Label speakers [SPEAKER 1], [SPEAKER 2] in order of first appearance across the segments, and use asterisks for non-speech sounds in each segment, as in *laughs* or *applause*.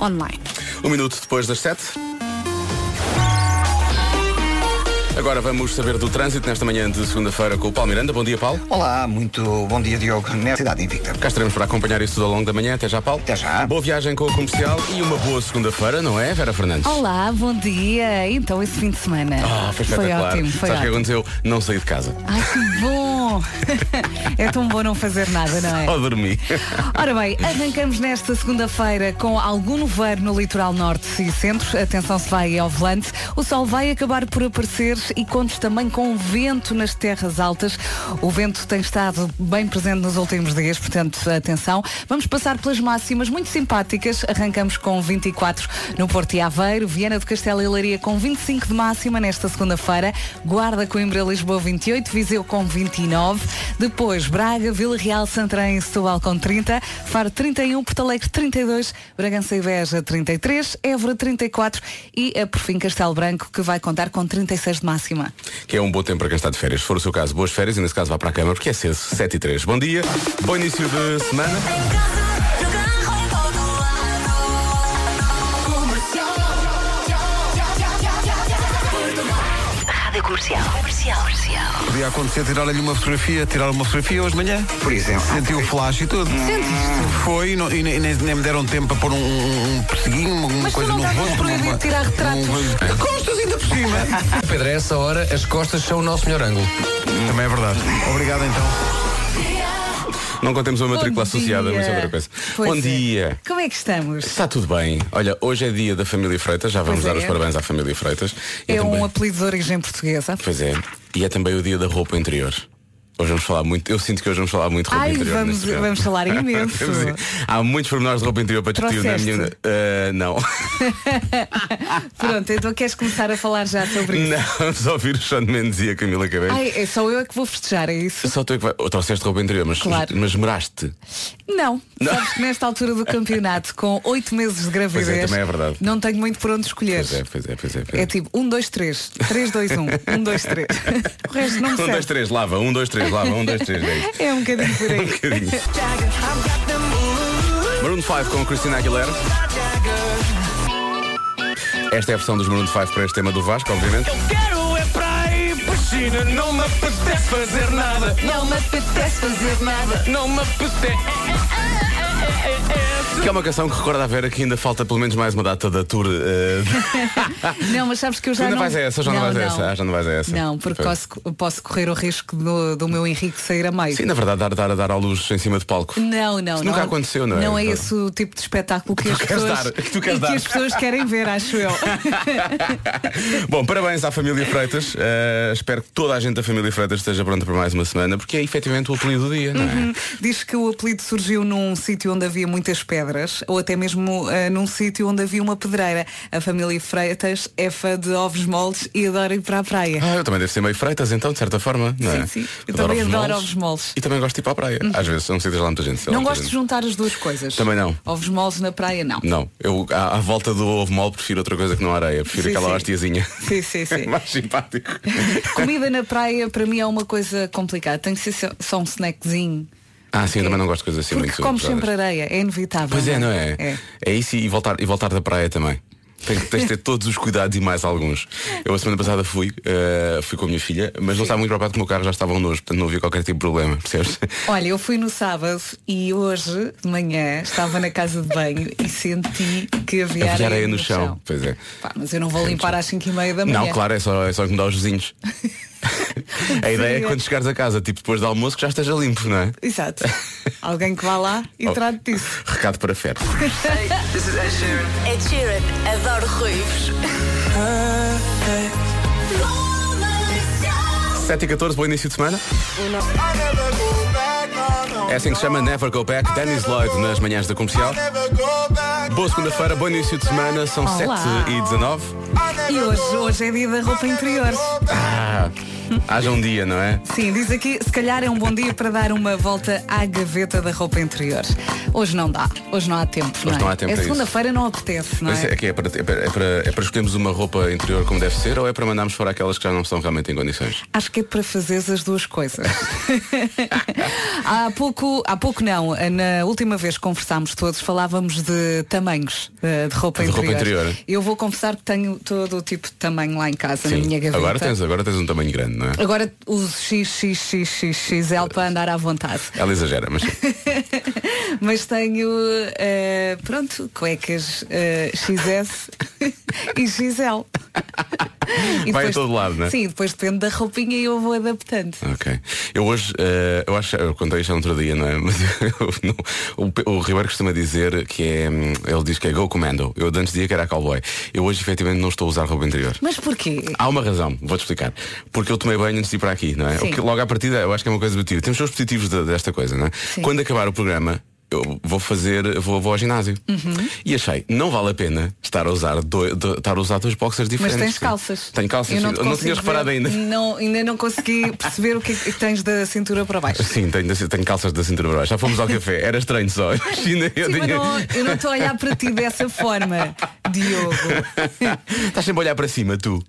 [SPEAKER 1] online.
[SPEAKER 2] Um minuto depois das sete. Agora vamos saber do trânsito nesta manhã de segunda-feira com o Paulo Miranda. Bom dia, Paulo.
[SPEAKER 3] Olá, muito bom dia, Diogo, na Cidade Invicta.
[SPEAKER 2] Cá estaremos para acompanhar isso tudo ao longo da manhã. Até já, Paulo.
[SPEAKER 3] Até já.
[SPEAKER 2] Boa viagem com o comercial e uma boa segunda-feira, não é, Vera Fernandes?
[SPEAKER 1] Olá, Ah, bom dia. Então, esse fim de semana.
[SPEAKER 2] Ah, foi espetacular.
[SPEAKER 1] ótimo, foi
[SPEAKER 2] Sabes o que
[SPEAKER 1] ótimo.
[SPEAKER 2] aconteceu? Não saí de casa.
[SPEAKER 1] Ai,
[SPEAKER 4] *laughs*
[SPEAKER 1] que bom! é tão bom não fazer nada, não é?
[SPEAKER 2] Ou dormi. *laughs*
[SPEAKER 1] Ora bem, arrancamos nesta segunda-feira com algum nevoeiro no litoral norte e centro. Atenção se vai ao volante. O sol vai acabar por aparecer e contes também com vento nas terras altas. O vento tem estado bem presente nos últimos dias, portanto, atenção. Vamos passar pelas máximas muito simpáticas. Arrancamos com 24 no Porto e Aveiro, Viana do Castelo e Leiria com 25 de máxima nesta segunda-feira, Guarda, Coimbra e Lisboa 28, Viseu com 29, depois Braga, Vila Real, Santarém e Setúbal com 30, Faro 31, Porto Alegre 32, Bragança e Veja 33, Évora 34 e, eh, por fim, Castelo Branco, que vai contar com 36 de máxima.
[SPEAKER 2] que é um bom tempo para quem está de férias. Se for o seu caso, boas férias e nesse caso vá para a cama porque é cedo, 7 e 3. Bom dia, bom início de semana.
[SPEAKER 5] Rádio Comercial. Comercial. Comercial.
[SPEAKER 6] Podia acontecer tirar-lhe uma fotografia, tirar uma fotografia hoje de manhã.
[SPEAKER 3] Por exemplo,
[SPEAKER 6] Senti o flash e tudo. Foi e, não- e nem, nem- nem me deram tempo para pôr um, um, um perseguinho, uma, uma
[SPEAKER 1] Mas tu
[SPEAKER 6] coisa
[SPEAKER 1] não
[SPEAKER 6] no
[SPEAKER 1] ganhas
[SPEAKER 6] rosto.
[SPEAKER 1] proibido
[SPEAKER 6] uma-
[SPEAKER 1] de tirar retratos.
[SPEAKER 6] uma- Costas ainda por cima.
[SPEAKER 7] Pedro, a essa hora as costas são o nosso melhor ângulo.
[SPEAKER 6] Também é verdade. Obrigado então.
[SPEAKER 2] Não contemos uma matrícula
[SPEAKER 1] Bom
[SPEAKER 2] associada,
[SPEAKER 1] dia.
[SPEAKER 2] mas é outra coisa.
[SPEAKER 1] Pois
[SPEAKER 2] bom
[SPEAKER 1] é.
[SPEAKER 2] dia.
[SPEAKER 1] Como é que estamos?
[SPEAKER 2] Está tudo bem. Olha, hoje é dia da família Freitas, já vamos
[SPEAKER 1] Pois
[SPEAKER 2] dar
[SPEAKER 1] é.
[SPEAKER 2] os parabéns à família Freitas. E
[SPEAKER 1] É um
[SPEAKER 2] também-
[SPEAKER 1] apelido de origem portuguesa.
[SPEAKER 2] Pois é. E é também o dia da roupa interior. Hoje vamos falar muito, eu sinto que hoje vamos falar muito de roupa
[SPEAKER 1] Ai,
[SPEAKER 2] interior.
[SPEAKER 1] vamos-
[SPEAKER 2] neste programa. *laughs*
[SPEAKER 1] vamos falar imenso.
[SPEAKER 2] Vamos- Há muitos pormenores de roupa interior para discutir na minha.
[SPEAKER 1] Trouxeste?
[SPEAKER 2] Ah, não. *laughs*
[SPEAKER 1] Pronto, então queres começar a falar já sobre isso?
[SPEAKER 2] não, vamos ouvir o Sean Mendes e a Camila Cabello.
[SPEAKER 1] Ai, é só eu é que vou festejar, é isso?
[SPEAKER 2] Só tu é que vai. Ou trouxeste roupa interior, mas,
[SPEAKER 1] Claro.
[SPEAKER 2] mas meraste.
[SPEAKER 1] Não, sabes que nesta altura do campeonato, com oito meses de gravidez,
[SPEAKER 2] Pois é, também é verdade.
[SPEAKER 1] não tenho muito por onde escolher.
[SPEAKER 2] Pois é, pois é, pois é. Pois
[SPEAKER 1] É tipo 1, 2, 3, 3, 2, 1, 1, 2, 3. Um, O resto não me
[SPEAKER 2] *laughs* Um, dois,
[SPEAKER 1] serve.
[SPEAKER 2] três, lava. Um, dois, três, lava. Um, dois, três, é
[SPEAKER 1] *laughs*
[SPEAKER 2] isso.
[SPEAKER 1] É um bocadinho por aí.
[SPEAKER 2] bocadinho. Maroon 5 com Cristina Aguilera. Esta é a versão dos Maroon 5 para este tema do Vasco, obviamente.
[SPEAKER 7] Quero é praia e piscina, não me apetece fazer nada.
[SPEAKER 1] Não me apetece fazer nada.
[SPEAKER 7] Não me apetece.
[SPEAKER 2] Que é uma canção que recorda a Vera que ainda falta pelo menos mais uma data da tour. eh,
[SPEAKER 1] Não, mas sabes que eu
[SPEAKER 2] Tu
[SPEAKER 1] já
[SPEAKER 2] ainda
[SPEAKER 1] não...
[SPEAKER 2] vais a essa, já não, vais a essa. Ah, já não vais a essa.
[SPEAKER 1] Não, porque
[SPEAKER 2] Pois.
[SPEAKER 1] posso, posso correr o risco do, do meu Henrique sair a meio.
[SPEAKER 2] Sim, na verdade, dar, dar, dar à luz em cima de palco.
[SPEAKER 1] *laughs* Não, não,
[SPEAKER 2] Isso
[SPEAKER 1] não.
[SPEAKER 2] nunca aconteceu, não é?
[SPEAKER 1] Não é esse o tipo de espetáculo que,
[SPEAKER 2] tu
[SPEAKER 1] as
[SPEAKER 2] queres
[SPEAKER 1] pessoas
[SPEAKER 2] dar, que tu queres
[SPEAKER 1] e
[SPEAKER 2] dar.
[SPEAKER 1] as pessoas querem ver,
[SPEAKER 2] *laughs*
[SPEAKER 1] acho eu.
[SPEAKER 2] Bom, parabéns à família Freitas. Eh, espero que toda a gente da família Freitas esteja pronta para mais uma semana, porque é efetivamente o apelido do dia, não é?
[SPEAKER 1] Uhum. Diz que o apelido surgiu num sítio onde havia muitas pedras, ou até mesmo ah, num sítio onde havia uma pedreira. A família Freitas é fã de ovos moldes e adora ir para a praia.
[SPEAKER 2] Ah, eu também devo ser meio freitas então, de certa forma, não é?
[SPEAKER 1] Sim, sim. Eu também adoro ovos moles. Uhum.
[SPEAKER 2] E também gosto de ir para a praia. Às vezes, não sei lá muita gente.
[SPEAKER 1] não
[SPEAKER 2] muita
[SPEAKER 1] gosto de
[SPEAKER 2] gente.
[SPEAKER 1] juntar as duas coisas.
[SPEAKER 2] Também não.
[SPEAKER 1] Ovos moles na praia, não.
[SPEAKER 2] Não, eu à, à volta do ovo mole prefiro outra coisa que não areia. Prefiro
[SPEAKER 1] Sim,
[SPEAKER 2] aquela
[SPEAKER 1] sim.
[SPEAKER 2] hostiazinha.
[SPEAKER 1] Sim, sim, sim.
[SPEAKER 2] *laughs* Mais simpático.
[SPEAKER 1] *laughs* Comida na praia para mim é uma coisa complicada. Tem que ser só- só um snackzinho.
[SPEAKER 2] Ah, sim, eu
[SPEAKER 1] Porque-
[SPEAKER 2] também não gosto de coisas assim
[SPEAKER 1] É. Porque
[SPEAKER 2] muito
[SPEAKER 1] comes
[SPEAKER 2] pesadas.
[SPEAKER 1] sempre areia, é inevitável.
[SPEAKER 2] Pois é, não é?
[SPEAKER 1] É.
[SPEAKER 2] É isso e voltar, e voltar da praia também. Tem- Tens de
[SPEAKER 1] *laughs*
[SPEAKER 2] ter todos os cuidados e mais alguns. Eu a semana passada fui, eh, fui com a minha filha, mas não estava muito preocupado porque o meu carro já estava um nojo, portanto não havia qualquer tipo de problema, *laughs* percebes?
[SPEAKER 1] Olha, eu fui no sábado e hoje de manhã estava na casa de banho e senti que havia
[SPEAKER 2] Havia
[SPEAKER 1] areia,
[SPEAKER 2] areia no chão. Pois é.
[SPEAKER 1] Pá, mas eu não vou limpar às 5 e meia da manhã.
[SPEAKER 2] Não, claro, é só, é só incomodar os
[SPEAKER 1] *laughs*
[SPEAKER 2] vizinhos. a ideia é que quando chegares a casa, tipo depois do almoço, que já esteja limpo, não é?
[SPEAKER 1] Exato. Alguém que vá lá e
[SPEAKER 2] Oh.
[SPEAKER 1] trate disso.
[SPEAKER 2] Recado para Fer.
[SPEAKER 5] Ed Sheeran. Adoro ruivos.
[SPEAKER 2] 7 e 14, bom início de semana. É assim que se chama Never Go Back, Dennis Lloyd nas manhãs da comercial. Boa segunda-feira, bom início de semana, são
[SPEAKER 1] Olá.
[SPEAKER 2] 7 e 19.
[SPEAKER 1] E hoje, hoje é dia da roupa interior.
[SPEAKER 2] Ah, haja um dia, não é?
[SPEAKER 1] Sim, diz aqui, se calhar é um bom dia para dar uma volta à gaveta da roupa interior. Hoje não dá, hoje não há tempo. não, é?
[SPEAKER 2] não há tempo
[SPEAKER 1] é
[SPEAKER 2] para isso.
[SPEAKER 1] segunda-feira, não apetece, não
[SPEAKER 2] Mas
[SPEAKER 1] é?
[SPEAKER 2] é, que é, para, é, para, é para- é para escolhermos uma roupa interior como deve ser ou é para mandarmos fora
[SPEAKER 1] é
[SPEAKER 2] aquelas que já não estão realmente em condições? *laughs*
[SPEAKER 1] Acho que é para fazeres as duas coisas. Há pouco, há pouco não, na última vez que conversámos todos falávamos de tamanhos eh, de roupa,
[SPEAKER 2] De roupa interior.
[SPEAKER 1] Eu vou confessar que tenho todo o tipo de tamanho lá em casa, na minha gaveta.
[SPEAKER 2] Agora tens, agora tens um tamanho grande, não é?
[SPEAKER 1] Agora uso XXXXXL para andar à vontade.
[SPEAKER 2] Ela exagera, mas sim.
[SPEAKER 1] Mas tenho, eh, pronto, cuecas eh, XS *laughs*
[SPEAKER 2] *laughs*
[SPEAKER 1] e XL. E
[SPEAKER 2] Vai a todo lado, não é? Hum.
[SPEAKER 1] Sim, depois depende da roupinha e eu vou adaptando.
[SPEAKER 2] Ok. Eu hoje, eh, eu acho, eu contei isto no outro dia, não é? *laughs* Mas eu não- o, Pe- o Ribeiro costuma dizer que é, hum, ele diz que é Go Commando. Eu de antes dia que era cowboy. Eu hoje efetivamente não estou a usar roupa interior.
[SPEAKER 1] Mas porquê?
[SPEAKER 2] Há uma razão, vou-te explicar. Porque eu tomei banho antes de ir para aqui, não é?
[SPEAKER 1] Sim.
[SPEAKER 2] O que logo à partida, eu acho que é uma coisa debatida. Temos os positivos de- desta coisa, não é? Quando acabar o programa, eu vou fazer, vou, vou ao ginásio.
[SPEAKER 1] Uhum.
[SPEAKER 2] E achei, não vale a pena estar a usar, dois, do- estar a usar dois boxers
[SPEAKER 1] Mas
[SPEAKER 2] diferentes.
[SPEAKER 1] tens calças.
[SPEAKER 2] Tenho calças,
[SPEAKER 1] Eu
[SPEAKER 2] sim.
[SPEAKER 1] não,
[SPEAKER 2] não,
[SPEAKER 1] te
[SPEAKER 2] tinhas
[SPEAKER 1] consigo
[SPEAKER 2] reparado
[SPEAKER 1] ver-
[SPEAKER 2] ainda.
[SPEAKER 1] Não, ainda
[SPEAKER 2] *laughs*
[SPEAKER 1] não consegui perceber o que é que tens da cintura para baixo.
[SPEAKER 2] Sim, tenho, da- tenho calças da cintura para baixo. Já fomos ao café, era estranho
[SPEAKER 1] *laughs*
[SPEAKER 2] só. Imagina, eu
[SPEAKER 1] Sim, mas
[SPEAKER 2] tinha-
[SPEAKER 1] não- eu não estou a olhar para ti dessa forma, Diogo.
[SPEAKER 2] *laughs* *laughs* Estás sempre a olhar para cima, tu.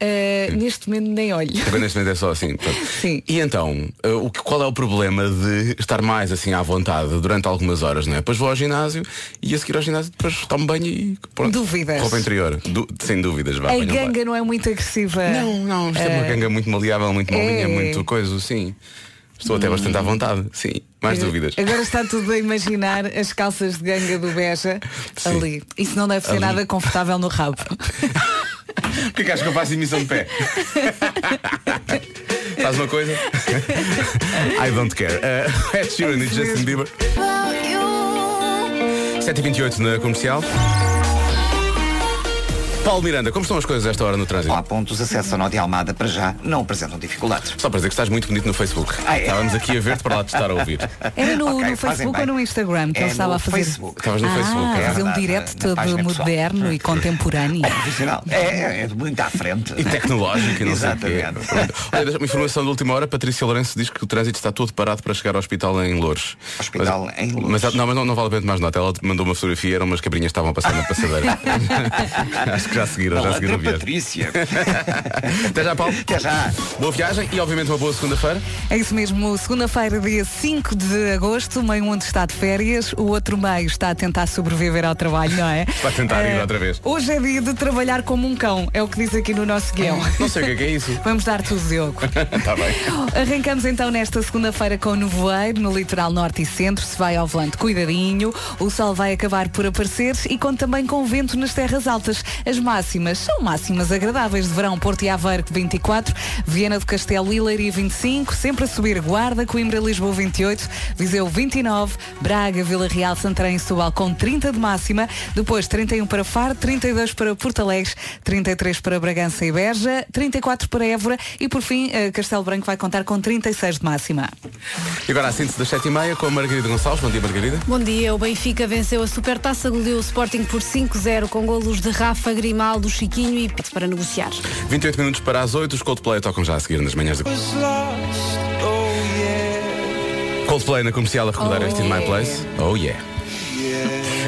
[SPEAKER 1] Eh, neste momento nem olho.
[SPEAKER 2] Agora neste momento é só assim. pronto.
[SPEAKER 1] Sim.
[SPEAKER 2] E então, eh, o que- qual é o problema de estar mais assim à vontade durante algumas horas, não é? Depois vou ao ginásio e a seguir ao ginásio depois tomo banho e pronto.
[SPEAKER 1] Dúvidas.
[SPEAKER 2] Roupa interior. Du- sem dúvidas, vá.
[SPEAKER 1] A
[SPEAKER 2] apanha um
[SPEAKER 1] ganga não é muito agressiva.
[SPEAKER 2] banho. Não, não, isto é uma
[SPEAKER 1] Eh,
[SPEAKER 2] ganga muito maleável, muito molinha,
[SPEAKER 1] é.
[SPEAKER 2] muito coisa, sim. Estou até bastante à vontade, sim. Mais dúvidas.
[SPEAKER 1] Eh, Agora está tudo a imaginar as calças de ganga do Beja
[SPEAKER 2] Sim.
[SPEAKER 1] ali. Isso não deve ser
[SPEAKER 2] Ali.
[SPEAKER 1] nada confortável no rabo.
[SPEAKER 2] O que é que achas que eu faço emissão de pé? *laughs* Faz uma coisa? I don't care. Uh, Ed Sheeran e Justin Bieber. 7h28 na comercial. Paulo Miranda, como estão as coisas a esta hora no trânsito?
[SPEAKER 3] Há pontos, acesso ao nó de Almada para já não apresentam dificuldades.
[SPEAKER 2] Só para dizer que estás muito bonito no Facebook.
[SPEAKER 3] Ah, é?
[SPEAKER 2] Estávamos aqui a ver-te para lá te estar a ouvir.
[SPEAKER 1] Era É no,
[SPEAKER 3] Ok,
[SPEAKER 1] no
[SPEAKER 3] fazem
[SPEAKER 1] Facebook
[SPEAKER 3] bem.
[SPEAKER 1] ou no Instagram que
[SPEAKER 3] É
[SPEAKER 1] ele estava
[SPEAKER 3] no
[SPEAKER 1] a fazer?
[SPEAKER 3] Facebook.
[SPEAKER 2] Estavas no
[SPEAKER 1] ah,
[SPEAKER 2] Facebook, é
[SPEAKER 1] fazer um
[SPEAKER 3] verdade, na-
[SPEAKER 1] direct
[SPEAKER 3] na página
[SPEAKER 1] todo
[SPEAKER 3] pessoal.
[SPEAKER 2] *laughs*
[SPEAKER 1] moderno e contemporâneo.
[SPEAKER 3] Profissional. É, é de muito à frente.
[SPEAKER 2] E tecnológico e não sei o quê.
[SPEAKER 3] né? Exatamente.
[SPEAKER 2] Olha, deixa- uma informação de última hora, Patrícia Lourenço diz que o trânsito está todo parado para chegar ao hospital em Loures.
[SPEAKER 3] Hospital
[SPEAKER 2] mas,
[SPEAKER 3] em Loures.
[SPEAKER 2] Mas, não, mas não, não vale a pena mais nota. Ela mandou uma fotografia, eram umas cabrinhas que estavam a passar na
[SPEAKER 3] *laughs*
[SPEAKER 2] passadeira. Acho que já seguiram, já seguiram a
[SPEAKER 3] Malandra
[SPEAKER 2] viagem.
[SPEAKER 3] Patrícia.
[SPEAKER 2] Até já, Paulo.
[SPEAKER 3] Até já.
[SPEAKER 2] Boa viagem e obviamente uma boa segunda-feira.
[SPEAKER 1] É isso mesmo, segunda-feira, dia 5 de agosto, meio mundo está de férias, o outro meio está a tentar sobreviver ao trabalho, não é?
[SPEAKER 2] Vai tentar ir
[SPEAKER 1] Eh,
[SPEAKER 2] outra vez.
[SPEAKER 1] Hoje é dia de trabalhar como um cão, é o que diz aqui no nosso guião.
[SPEAKER 3] um-
[SPEAKER 2] Não sei o que é que é
[SPEAKER 3] *laughs*
[SPEAKER 2] isso.
[SPEAKER 1] Vamos dar tudo, Diogo.
[SPEAKER 2] Está bem.
[SPEAKER 1] Arrancamos então nesta segunda-feira com o nevoeiro no litoral norte e centro. Se vai ao volante, cuidadinho. O sol vai acabar por aparecer e conta também com vento nas terras altas. As máximas são máximas agradáveis de verão. Porto e Aveiro 24, Viena do Castelo e Leiria 25, sempre a subir Guarda, Coimbra, Lisboa 28, Viseu 29, Braga, Vila Real, Santarém e Setúbal com 30 de máxima, depois 31 para Faro, 32 para Porto Alegre, 33 para Bragança e Beja, 34 para Évora e por fim eh, Castelo Branco vai contar com 36 de máxima.
[SPEAKER 2] E agora a síntese das 7h30 com a Margarida Gonçalves. Bom dia, Margarida.
[SPEAKER 4] Bom dia, o Benfica venceu a Supertaça, goleou o Sporting por 5-0 com golos de Rafa, Grimaldo, Chiquinho e Pito para negociar.
[SPEAKER 2] 28 minutos para as 8. Os Coldplay tocam já a seguir nas manhãs da Coldplay na comercial a recordar este In My Place. oh Oh yeah.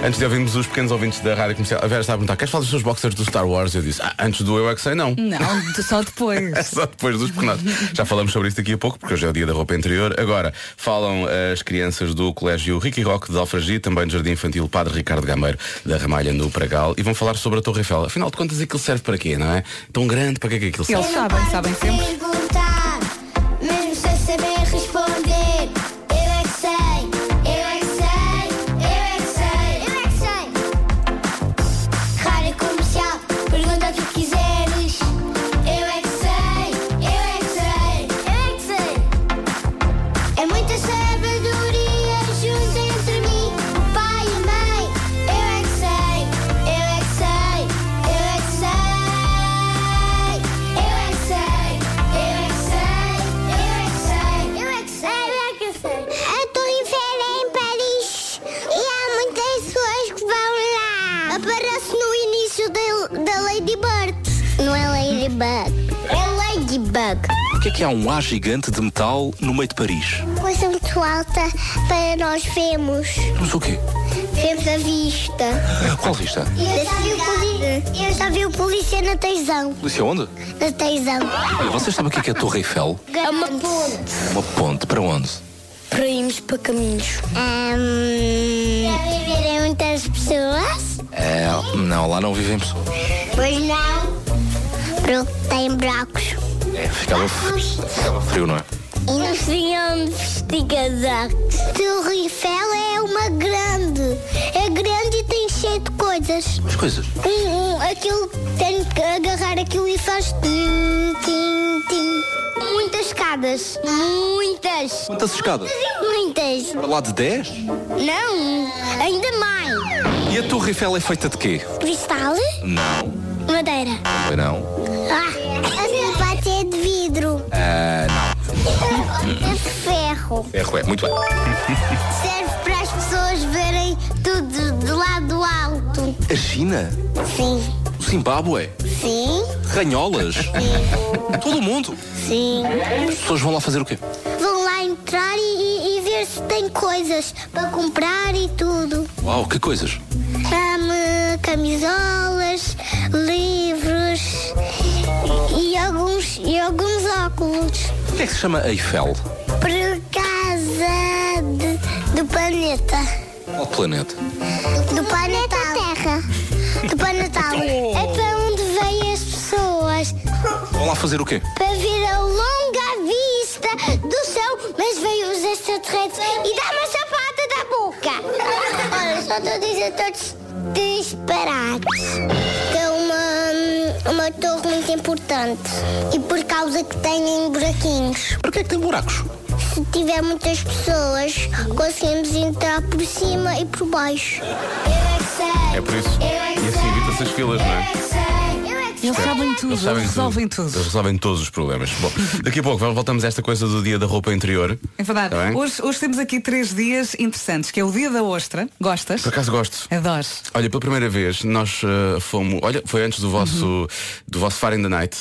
[SPEAKER 2] Antes de ouvirmos os pequenos ouvintes da rádio comercial, a Vera está a perguntar: queres falar dos seus boxers do Star Wars? Eu disse: "Ah, antes do Eu é que sei, não. *laughs* É
[SPEAKER 1] Não, de- só depois.
[SPEAKER 2] Só depois dos pequenos. Já falamos sobre isso daqui a pouco, porque hoje é o dia da roupa interior. Agora, falam eh, as crianças do Colégio Ricky Rock de Alfragi, também do Jardim Infantil Padre Ricardo Gameiro, da Ramalha no Pragal, e vão falar sobre a Torre Eiffel. Afinal de contas, aquilo serve para quê, não é? Tão grande, para que é que aquilo serve?
[SPEAKER 1] Eles sabem, sabem sempre.
[SPEAKER 8] Perguntar, mesmo sem saber responder. Eu é que sei, eu é que sei, eu é que sei, eu é que sei. Rádio comercial, pergunta o que quiseres. Eu é que sei, eu é que sei, eu é que sei. É muita sabedoria junto entre mim, o pai e a mãe. Eu é que sei, eu é que sei, eu é que sei. Eu é que sei, eu é que sei, eu é que sei, eu é que sei, eu é que sei. A tua inferno é em Paris e há muitas pessoas que vão lá. Aparece no início da, da Ladybird. Não é Ladybug, é Ladybug.
[SPEAKER 9] Porquê é que há um ar gigante de metal no meio de Paris?
[SPEAKER 8] Coisa muito alta para nós vermos.
[SPEAKER 9] Mas o quê?
[SPEAKER 8] Vemos a vista.
[SPEAKER 9] Qual vista?
[SPEAKER 8] Eu já, vi o poli- eu já vi o polícia na Teisão.
[SPEAKER 9] Polícia é onde?
[SPEAKER 8] Na Teisão.
[SPEAKER 9] Olha, vocês sabem o que é que é a Torre Eiffel?
[SPEAKER 8] É uma ponte.
[SPEAKER 9] Uma ponte para onde?
[SPEAKER 10] para irmos para caminhos.
[SPEAKER 8] Para Hum, viverem muitas pessoas?
[SPEAKER 9] É, não, lá não vivem pessoas.
[SPEAKER 8] Pois não. Porque tem buracos.
[SPEAKER 9] É, ficava, ficava frio, não é?
[SPEAKER 8] E nos vinham vestir casacos. Torre Eiffel é uma grande. É grande e tem cheio de coisas.
[SPEAKER 9] As coisas.
[SPEAKER 8] Um, um, aquilo tem que agarrar aquilo e faz tim, tim, tim. Muitas escadas. Muitas.
[SPEAKER 9] Quantas escadas?
[SPEAKER 8] Muitas.
[SPEAKER 9] Para lá de 10?
[SPEAKER 8] Não, ainda mais.
[SPEAKER 9] E a Torre Eiffel é feita de quê?
[SPEAKER 8] Cristal?
[SPEAKER 9] Não.
[SPEAKER 8] Madeira.
[SPEAKER 9] Foi não.
[SPEAKER 8] Ah, a minha parte é de vidro.
[SPEAKER 9] Ah, não.
[SPEAKER 8] É de ferro.
[SPEAKER 9] Erro é, muito bem.
[SPEAKER 8] Serve para as pessoas verem tudo de lado alto.
[SPEAKER 9] A China?
[SPEAKER 8] Sim.
[SPEAKER 9] O Zimbábue?
[SPEAKER 8] Sim.
[SPEAKER 9] Ranholas? Todo o mundo?
[SPEAKER 8] Sim.
[SPEAKER 9] As pessoas vão lá fazer o quê?
[SPEAKER 8] Vão lá entrar e, e- e ver se tem coisas para comprar e tudo.
[SPEAKER 9] Uau, que coisas.
[SPEAKER 8] Hum, camisolas, livros e alguns, e alguns óculos.
[SPEAKER 9] O que é que se chama Eiffel?
[SPEAKER 8] Por causa de- do planeta.
[SPEAKER 9] Qual planeta?
[SPEAKER 8] Do planeta Terra. Do planeta É para onde vêm as pessoas.
[SPEAKER 9] Vão lá fazer o quê?
[SPEAKER 8] Para ver a longa vista do céu, mas vêm os extraterrestres e dá uma chapada da boca. Olha, só estou a dizer todos disparados. Que é uma, uma torre muito importante. E por causa que têm buraquinhos.
[SPEAKER 9] Para que é que tem buracos?
[SPEAKER 8] Se tiver muitas pessoas, conseguimos entrar por cima e por baixo. Eu é que sei.
[SPEAKER 2] É por isso. E assim evita-se as filas, não é?
[SPEAKER 8] é
[SPEAKER 1] Eles sabem tudo, eles,
[SPEAKER 2] Eles sabem
[SPEAKER 1] resolvem tudo.
[SPEAKER 2] tudo. Eles resolvem todos os problemas.
[SPEAKER 1] *laughs*
[SPEAKER 2] Bom, daqui a pouco vamos- voltamos a esta coisa do dia da roupa interior.
[SPEAKER 1] *laughs* É verdade.
[SPEAKER 2] Está Tá bem?
[SPEAKER 1] Hoje, hoje temos aqui três dias interessantes, que é o dia da ostra. Gostas?
[SPEAKER 2] Por acaso gosto.
[SPEAKER 1] Adores.
[SPEAKER 2] Olha, pela primeira vez nós eh, fomos. Olha, foi antes do vosso,
[SPEAKER 1] Uhum.
[SPEAKER 2] do vosso Far in the Night.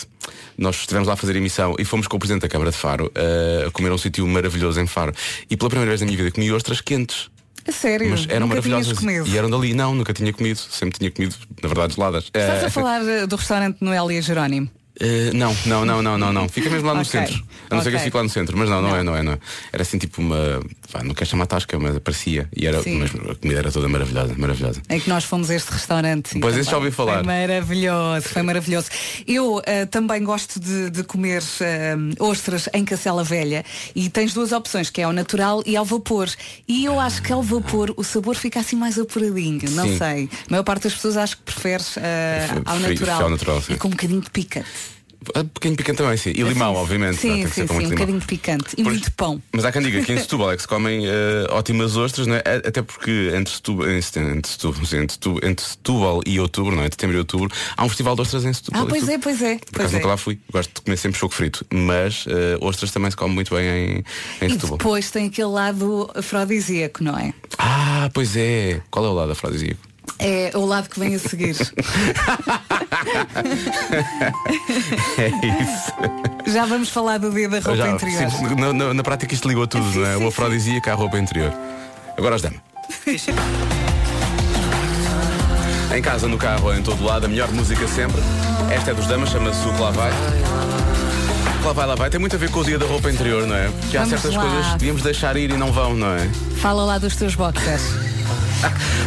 [SPEAKER 2] Nós estivemos lá a fazer emissão e fomos com o Presidente da Câmara de Faro eh, a comer a um sítio maravilhoso em Faro. E pela primeira vez na minha vida comi ostras quentes.
[SPEAKER 1] A sério.
[SPEAKER 2] Mas eram
[SPEAKER 1] Hum, nunca tinhas
[SPEAKER 2] maravilhosas.
[SPEAKER 1] comido.
[SPEAKER 2] E eram dali. Não, nunca tinha comido. Sempre tinha comido, na verdade, geladas. Eh,
[SPEAKER 1] Estás a falar eh, do restaurante Noel e Jerónimo?
[SPEAKER 2] eh, não, não, não, não, não, não. Fica mesmo lá no
[SPEAKER 1] Ok.
[SPEAKER 2] centro. A não ser que eu
[SPEAKER 1] Ok.
[SPEAKER 2] fique lá no centro. Mas não, não, é, não é, não é. Era assim tipo uma. Pá, não quero chamar tasca, mas parecia. E era,
[SPEAKER 1] Sim.
[SPEAKER 2] mas a comida era toda maravilhosa, maravilhosa.
[SPEAKER 1] É que nós fomos a este restaurante. e
[SPEAKER 2] Pois, esse
[SPEAKER 1] também
[SPEAKER 2] já ouvi falar.
[SPEAKER 1] Foi maravilhoso, foi maravilhoso. Eu eh, também gosto de, de comer eh, ostras em Cacela Velha e tens duas opções, que é ao natural e ao vapor. E eu acho que ao vapor o sabor fica assim mais apuradinho, não
[SPEAKER 2] Sim.
[SPEAKER 1] sei. A maior parte das pessoas acho que prefere eh,
[SPEAKER 2] Prefere-
[SPEAKER 1] ao
[SPEAKER 2] prefere-
[SPEAKER 1] natural.
[SPEAKER 2] ao natural, sim.
[SPEAKER 1] E com um bocadinho de picante. Assim,
[SPEAKER 2] Um pequeno picante também, sim. E limão, obviamente. não é?
[SPEAKER 1] Sim,
[SPEAKER 2] Tem que
[SPEAKER 1] sim,
[SPEAKER 2] ser
[SPEAKER 1] sim,
[SPEAKER 2] com
[SPEAKER 1] um
[SPEAKER 2] muito limão.
[SPEAKER 1] bocadinho de picante. E
[SPEAKER 2] Pois-
[SPEAKER 1] muito pão.
[SPEAKER 2] Mas há quem diga que em Setúbal é que se comem eh, ótimas ostras, não é? A- até porque entre Setúbal, em Setu- entre Setúbal, sim, entre Setú- entre Setúbal e outubro, não é? Entre setembro e outubro, há um festival de ostras em Setúbal.
[SPEAKER 1] Ah, pois é, pois
[SPEAKER 2] Por
[SPEAKER 1] é.
[SPEAKER 2] acaso
[SPEAKER 1] pois é.
[SPEAKER 2] nunca lá fui, gosto de comer sempre choco frito, mas eh, ostras também se come muito bem em, em
[SPEAKER 1] E
[SPEAKER 2] é Setúbal.
[SPEAKER 1] depois tem aquele lado afrodisíaco, não é?
[SPEAKER 2] Ah, pois é. Qual é o lado afrodisíaco? *laughs*
[SPEAKER 1] É o lado que vem a seguir.
[SPEAKER 2] É isso.
[SPEAKER 1] Já vamos falar do dia da roupa
[SPEAKER 2] Já,
[SPEAKER 1] interior.
[SPEAKER 2] sim, na, na- na prática isto ligou tudo, não é?
[SPEAKER 1] sim,
[SPEAKER 2] O afrodisíaco à roupa interior. Agora as damos. Em casa, no carro, em todo lado, a melhor música sempre. Esta é dos damas, chama-se o que lá vai. O que Lá vai, lá vai. Tem muito a ver com o dia da roupa interior, não é? Que há
[SPEAKER 1] Vamos
[SPEAKER 2] certas
[SPEAKER 1] lá.
[SPEAKER 2] coisas que devíamos deixar ir e não vão, não é? *laughs*
[SPEAKER 1] Fala lá dos teus boxers.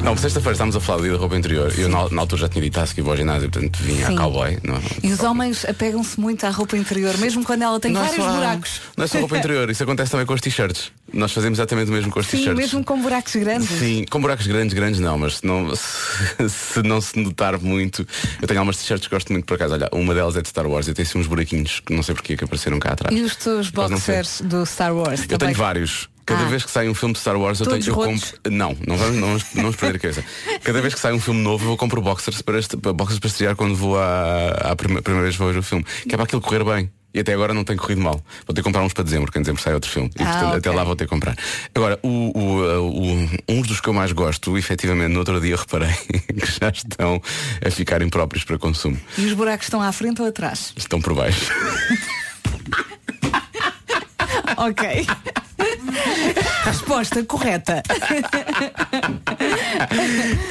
[SPEAKER 2] Não, sexta-feira estávamos a falar do dia da roupa interior. Eu na, na altura já tinha dito ah, se que vou ao ginásio, portanto vinha
[SPEAKER 1] Sim.
[SPEAKER 2] a cowboy, não é?
[SPEAKER 1] E os homens apegam-se muito à roupa interior, mesmo quando ela tem
[SPEAKER 2] é
[SPEAKER 1] vários
[SPEAKER 2] só-
[SPEAKER 1] buracos.
[SPEAKER 2] Não é só
[SPEAKER 1] *laughs*
[SPEAKER 2] roupa interior, isso acontece também com os t-shirts. Nós fazemos exatamente o mesmo com os
[SPEAKER 1] Sim,
[SPEAKER 2] t-shirts.
[SPEAKER 1] mesmo com buracos grandes.
[SPEAKER 2] Sim, com buracos grandes, grandes não, mas se não *laughs* se, não se notar muito. Eu tenho algumas t-shirts que gosto muito por acaso. Olha, uma delas é de Star Wars e tem-se uns buraquinhos que não sei porque é que apareceram cá atrás.
[SPEAKER 1] E os teus
[SPEAKER 2] Pois não sei.
[SPEAKER 1] boxers do Star Wars?
[SPEAKER 2] Eu
[SPEAKER 1] também?
[SPEAKER 2] tenho vários. Cada
[SPEAKER 1] Ah.
[SPEAKER 2] vez que sai um filme de Star Wars, eu
[SPEAKER 1] Todos
[SPEAKER 2] tenho. Eu
[SPEAKER 1] rotos?
[SPEAKER 2] compro. Não, não vamos, não vamos, não vamos perder a cabeça. Cada vez que sai um filme novo, eu compro boxers para, este, para- boxers para estrear quando vou à, à prime- primeira vez que vou ver o filme. Que é para aquilo correr bem. E até agora não tem corrido mal. Vou ter que comprar uns para dezembro, que em dezembro sai outro filme. E
[SPEAKER 1] Ah,
[SPEAKER 2] portanto,
[SPEAKER 1] ok.
[SPEAKER 2] até lá vou ter que comprar. Agora, o, o, uh, o- uns dos que eu mais gosto, efetivamente, no outro dia reparei *laughs* que já estão a ficar impróprios para consumo.
[SPEAKER 1] E os buracos estão à frente ou
[SPEAKER 2] *laughs*
[SPEAKER 1] atrás?
[SPEAKER 2] Estão por baixo.
[SPEAKER 1] ok. Resposta correta.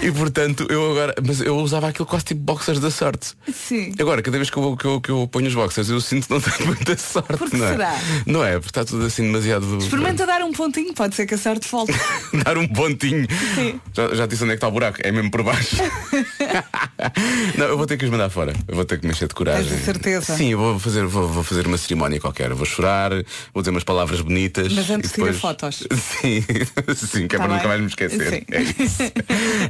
[SPEAKER 2] E portanto, eu agora. Mas eu usava aquilo quase tipo boxers da sorte.
[SPEAKER 1] *laughs* Sim.
[SPEAKER 2] Agora, cada vez que eu, vou- que eu, que eu ponho os boxers, eu sinto que não tenho *laughs* muita sorte.
[SPEAKER 1] Por que
[SPEAKER 2] não é?
[SPEAKER 1] será?
[SPEAKER 2] Não é? Porque está tudo assim demasiado.
[SPEAKER 1] Experimenta dar um pontinho, pode ser que a sorte volte.
[SPEAKER 2] *laughs* Dar um pontinho.
[SPEAKER 1] Sim.
[SPEAKER 2] Já, já disse onde é que está o buraco? É mesmo por
[SPEAKER 1] *laughs*
[SPEAKER 2] baixo. não, eu vou ter que os mandar fora. Eu vou ter que mexer de coragem.
[SPEAKER 1] Tens a certeza?
[SPEAKER 2] Sim, eu vou fazer, vou, vou fazer uma cerimónia qualquer. Vou chorar, vou dizer umas palavras bonitas.
[SPEAKER 1] Mas antes
[SPEAKER 2] e
[SPEAKER 1] tira
[SPEAKER 2] depois...
[SPEAKER 1] fotos.
[SPEAKER 2] *laughs* Sim, sim, que é
[SPEAKER 1] Tá
[SPEAKER 2] para
[SPEAKER 1] bem.
[SPEAKER 2] nunca mais me esquecer.
[SPEAKER 1] Sim.
[SPEAKER 2] É isso.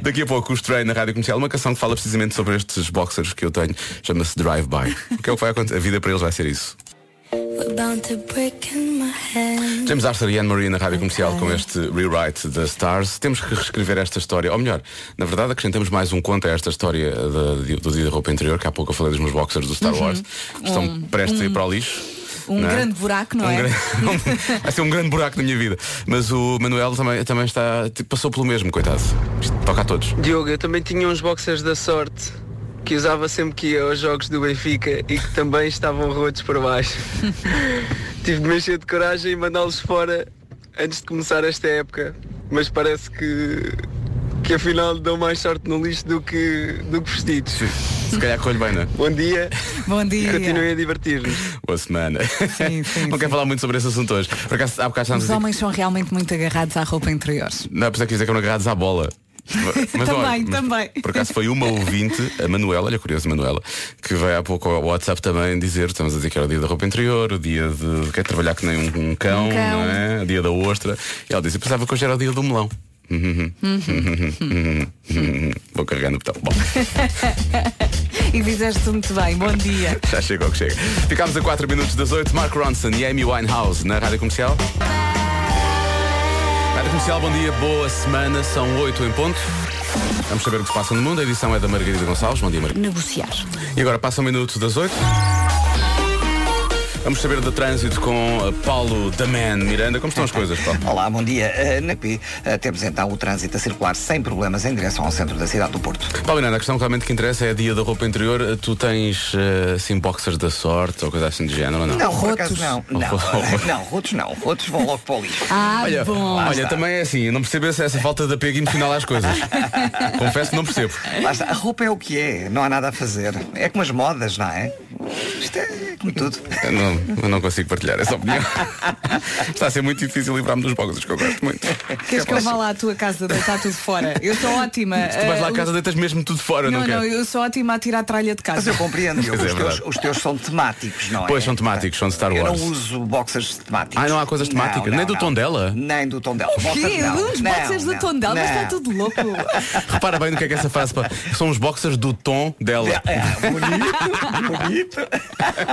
[SPEAKER 1] *laughs*
[SPEAKER 2] Daqui a pouco o Stray na Rádio Comercial, uma canção que fala precisamente sobre estes boxers que eu tenho. Chama-se Drive By. O que é o que vai acontecer? A vida para eles vai ser isso. James Arthur e Anne Marie na Rádio Comercial com este rewrite da Stars. Temos que reescrever esta história, ou melhor, na verdade acrescentamos mais um conto a esta história da- de- do dia da roupa interior, que há pouco eu falei dos meus boxers do Star Wars, que estão prestes a ir para o lixo.
[SPEAKER 1] Uhum. Um
[SPEAKER 2] não é?
[SPEAKER 1] grande buraco, não
[SPEAKER 2] Um
[SPEAKER 1] é?
[SPEAKER 2] gran- Vai ser *laughs* um grande buraco na minha vida. Mas o Manuel também, também está, tipo, passou pelo mesmo, coitado. Isto toca a todos.
[SPEAKER 10] Diogo, eu também tinha uns boxers da sorte que usava sempre que ia aos jogos do Benfica e que também estavam rotos para baixo. *laughs* Tive de mexer de coragem e mandá-los fora antes de começar esta época, mas parece que, que afinal dão mais sorte no lixo do que, do que vestidos.
[SPEAKER 2] Se calhar corre bem, não é?
[SPEAKER 10] Bom dia,
[SPEAKER 1] Bom dia.
[SPEAKER 10] continuem a divertir-nos.
[SPEAKER 2] Boa semana.
[SPEAKER 1] Sim, sim,
[SPEAKER 2] *laughs* não
[SPEAKER 1] sim.
[SPEAKER 2] quero falar muito sobre esse assunto hoje. Por acaso, há bocado estávamos
[SPEAKER 1] Os
[SPEAKER 2] a dizer-
[SPEAKER 1] homens são realmente muito agarrados à roupa interior.
[SPEAKER 2] Não, apesar que dizer que eram agarrados à bola. Mas,
[SPEAKER 1] Também,
[SPEAKER 2] olha, mas
[SPEAKER 1] também.
[SPEAKER 2] Por acaso foi uma ouvinte, a Manuela, olha curioso, Manuela, que veio há pouco ao WhatsApp também dizer, estamos a dizer que era o dia da roupa interior, o dia de quer trabalhar que nem um, um cão, não é? O dia da ostra. E ela disse, eu pensava que hoje era o dia do melão. *laughs* Vou carregar no botão. Bom,
[SPEAKER 1] E fizeste muito bem. Bom dia.
[SPEAKER 2] já chega ao que chega. Ficámos a 4 minutos das 8. Mark Ronson e Amy Winehouse na Rádio Comercial. Rádio Comercial, bom dia, boa semana, são 8 em ponto. Vamos saber o que se passa no mundo. A edição é da Margarida Gonçalves. Bom dia, Margarida.
[SPEAKER 4] Negociar.
[SPEAKER 2] E agora passa um minuto das 8. Vamos saber do trânsito com eh, Paulo da Man Miranda. Como estão as coisas, Paulo?
[SPEAKER 3] Olá, bom dia. Eh, na P, eh, temos então o trânsito a circular sem problemas em direção ao centro da cidade do Porto.
[SPEAKER 2] Paulo Miranda, a questão realmente que interessa é a dia da roupa interior. Eh, Tu tens eh, assim boxers da sorte ou coisa assim de género, ou não?
[SPEAKER 3] Não, por acaso não.
[SPEAKER 2] *laughs*
[SPEAKER 3] Não,
[SPEAKER 2] Rotos.
[SPEAKER 3] não, rotos não. Rotos vão logo para o lixo.
[SPEAKER 1] Ah,
[SPEAKER 2] Olha,
[SPEAKER 1] bom.
[SPEAKER 2] olha,
[SPEAKER 3] está.
[SPEAKER 2] também é assim, eu não percebo essa, essa falta de apego emocional às coisas. Confesso que não percebo.
[SPEAKER 3] Lá está. A roupa é o que é, não há nada a fazer. É como as modas, não é? Isto é como tudo.
[SPEAKER 2] Eu não, eu não consigo partilhar essa opinião. Está a ser muito difícil livrar-me dos boxers, que eu gosto muito.
[SPEAKER 1] Queres que eu vá lá à tua casa
[SPEAKER 2] *laughs*
[SPEAKER 1] deitar tudo fora? Eu sou ótima.
[SPEAKER 2] Tu vais lá a
[SPEAKER 1] eh,
[SPEAKER 2] casa, deitas mesmo tudo fora, não,
[SPEAKER 1] Não,
[SPEAKER 2] quero.
[SPEAKER 1] não, eu sou ótima a tirar a tralha de
[SPEAKER 3] Mas
[SPEAKER 1] casa.
[SPEAKER 3] eu compreendo, eu,
[SPEAKER 2] Pois é,
[SPEAKER 3] os, teus,
[SPEAKER 2] verdade.
[SPEAKER 3] os teus são temáticos, não é?
[SPEAKER 2] Pois, são temáticos, são de Star
[SPEAKER 3] Eu
[SPEAKER 2] Wars.
[SPEAKER 3] não uso boxers temáticos.
[SPEAKER 2] Ah, não há coisas temáticas? Nem do Tondela?
[SPEAKER 3] Nem do tom dela.
[SPEAKER 1] Que uns boxers da Tondela, mas está tudo
[SPEAKER 2] *laughs*
[SPEAKER 1] louco.
[SPEAKER 2] Repara bem no que é que essa frase pa- São os boxers do tom dela.
[SPEAKER 3] É, bonito, É, bonito.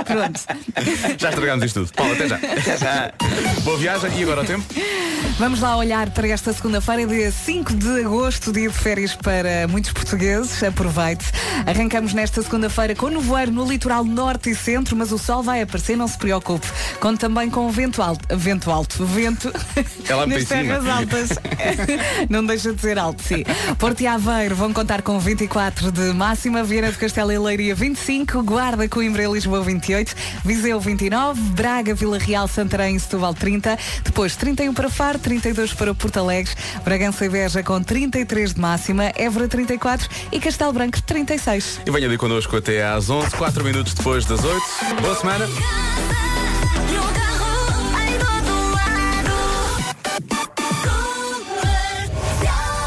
[SPEAKER 3] *laughs*
[SPEAKER 1] Pronto.
[SPEAKER 2] Já estragámos isto tudo. Paulo, até já. Boa viagem e agora o tempo?
[SPEAKER 1] Vamos lá olhar para esta segunda-feira, dia 5 de agosto, dia de férias para muitos portugueses. Aproveite. Arrancamos nesta segunda-feira com nevoeiro no litoral norte e centro, mas o sol vai aparecer, não se preocupe. Conto também com vento alto. Vento alto. Vento.
[SPEAKER 2] Ela me
[SPEAKER 1] *laughs* nas
[SPEAKER 2] para É em cima.
[SPEAKER 1] terras altas. *laughs* não deixa de ser alto, sim. Porto e Aveiro vão contar com 24 de máxima, Vieira de Castelo e Leiria 25, Guarda, Coimbra e Lisboa 28, Viseu 29, Braga, Vila Real, Santarém e Setúbal 30, depois 31 para Faro, 32 para Porto Alegre, Bragança e Beja com 33 de máxima, Évora 34 e Castelo Branco 36.
[SPEAKER 2] E venha ali connosco até às 11, 4 minutos depois das 8. Boa semana.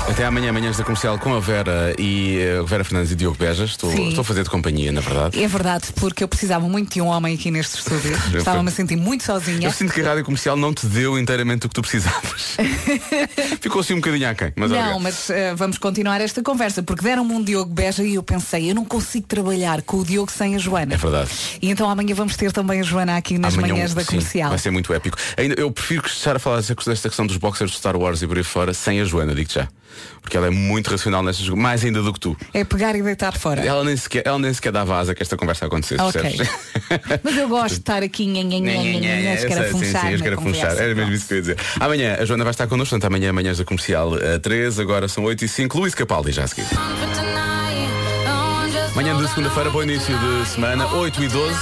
[SPEAKER 2] Até amanhã, amanhãs da comercial com a Vera e eh, Vera Fernandes e Diogo Bejas. Estou,
[SPEAKER 1] Sim.
[SPEAKER 2] estou a fazer de companhia, na verdade.
[SPEAKER 1] É verdade, porque eu precisava muito de um homem aqui neste estúdio.
[SPEAKER 2] Eu
[SPEAKER 1] Estava-me a
[SPEAKER 2] sei.
[SPEAKER 1] sentir muito sozinha.
[SPEAKER 2] Eu sinto que a rádio comercial não te deu inteiramente o que tu
[SPEAKER 1] *laughs*
[SPEAKER 2] precisavas. Ficou assim um bocadinho aquém, mas
[SPEAKER 1] não,
[SPEAKER 2] olha.
[SPEAKER 1] mas eh, vamos continuar esta conversa, porque deram-me um Diogo Beja e eu pensei, eu não consigo trabalhar com o Diogo sem a Joana.
[SPEAKER 2] É verdade.
[SPEAKER 1] E então amanhã vamos ter também a Joana aqui nas
[SPEAKER 2] Amanhã, um,
[SPEAKER 1] manhãs da
[SPEAKER 2] sim,
[SPEAKER 1] comercial.
[SPEAKER 2] Vai ser muito épico. Ainda, eu prefiro que estar a falar desta desta questão dos boxers do Star Wars e por aí fora sem a Joana, digo-te já. Porque ela é muito racional nestas coisas, mais ainda do que tu.
[SPEAKER 1] É pegar e deitar fora.
[SPEAKER 2] Ela nem sequer, ela nem sequer dá vaza que esta conversa acontecesse,
[SPEAKER 1] Ah, ok.
[SPEAKER 2] percebes? *laughs*
[SPEAKER 1] Mas eu gosto de estar aqui nhan, nhan, nhan, nhan, nhan,
[SPEAKER 2] Eu
[SPEAKER 1] acho que
[SPEAKER 2] sei, é,
[SPEAKER 1] era
[SPEAKER 2] sim,
[SPEAKER 1] funchar
[SPEAKER 2] sim, acho
[SPEAKER 1] na
[SPEAKER 2] que era
[SPEAKER 1] conversa.
[SPEAKER 2] funchar. Era mesmo
[SPEAKER 1] Pronto.
[SPEAKER 2] isso que eu ia dizer. Amanhã a Joana vai estar connosco, portanto amanhã, amanhãs da eh, comercial a 13, agora são 8 e 5. Luís Capaldi já a seguir.
[SPEAKER 8] Comfort tonight, no one just
[SPEAKER 2] Manhã de segunda-feira, bom início de semana, 8 e 12.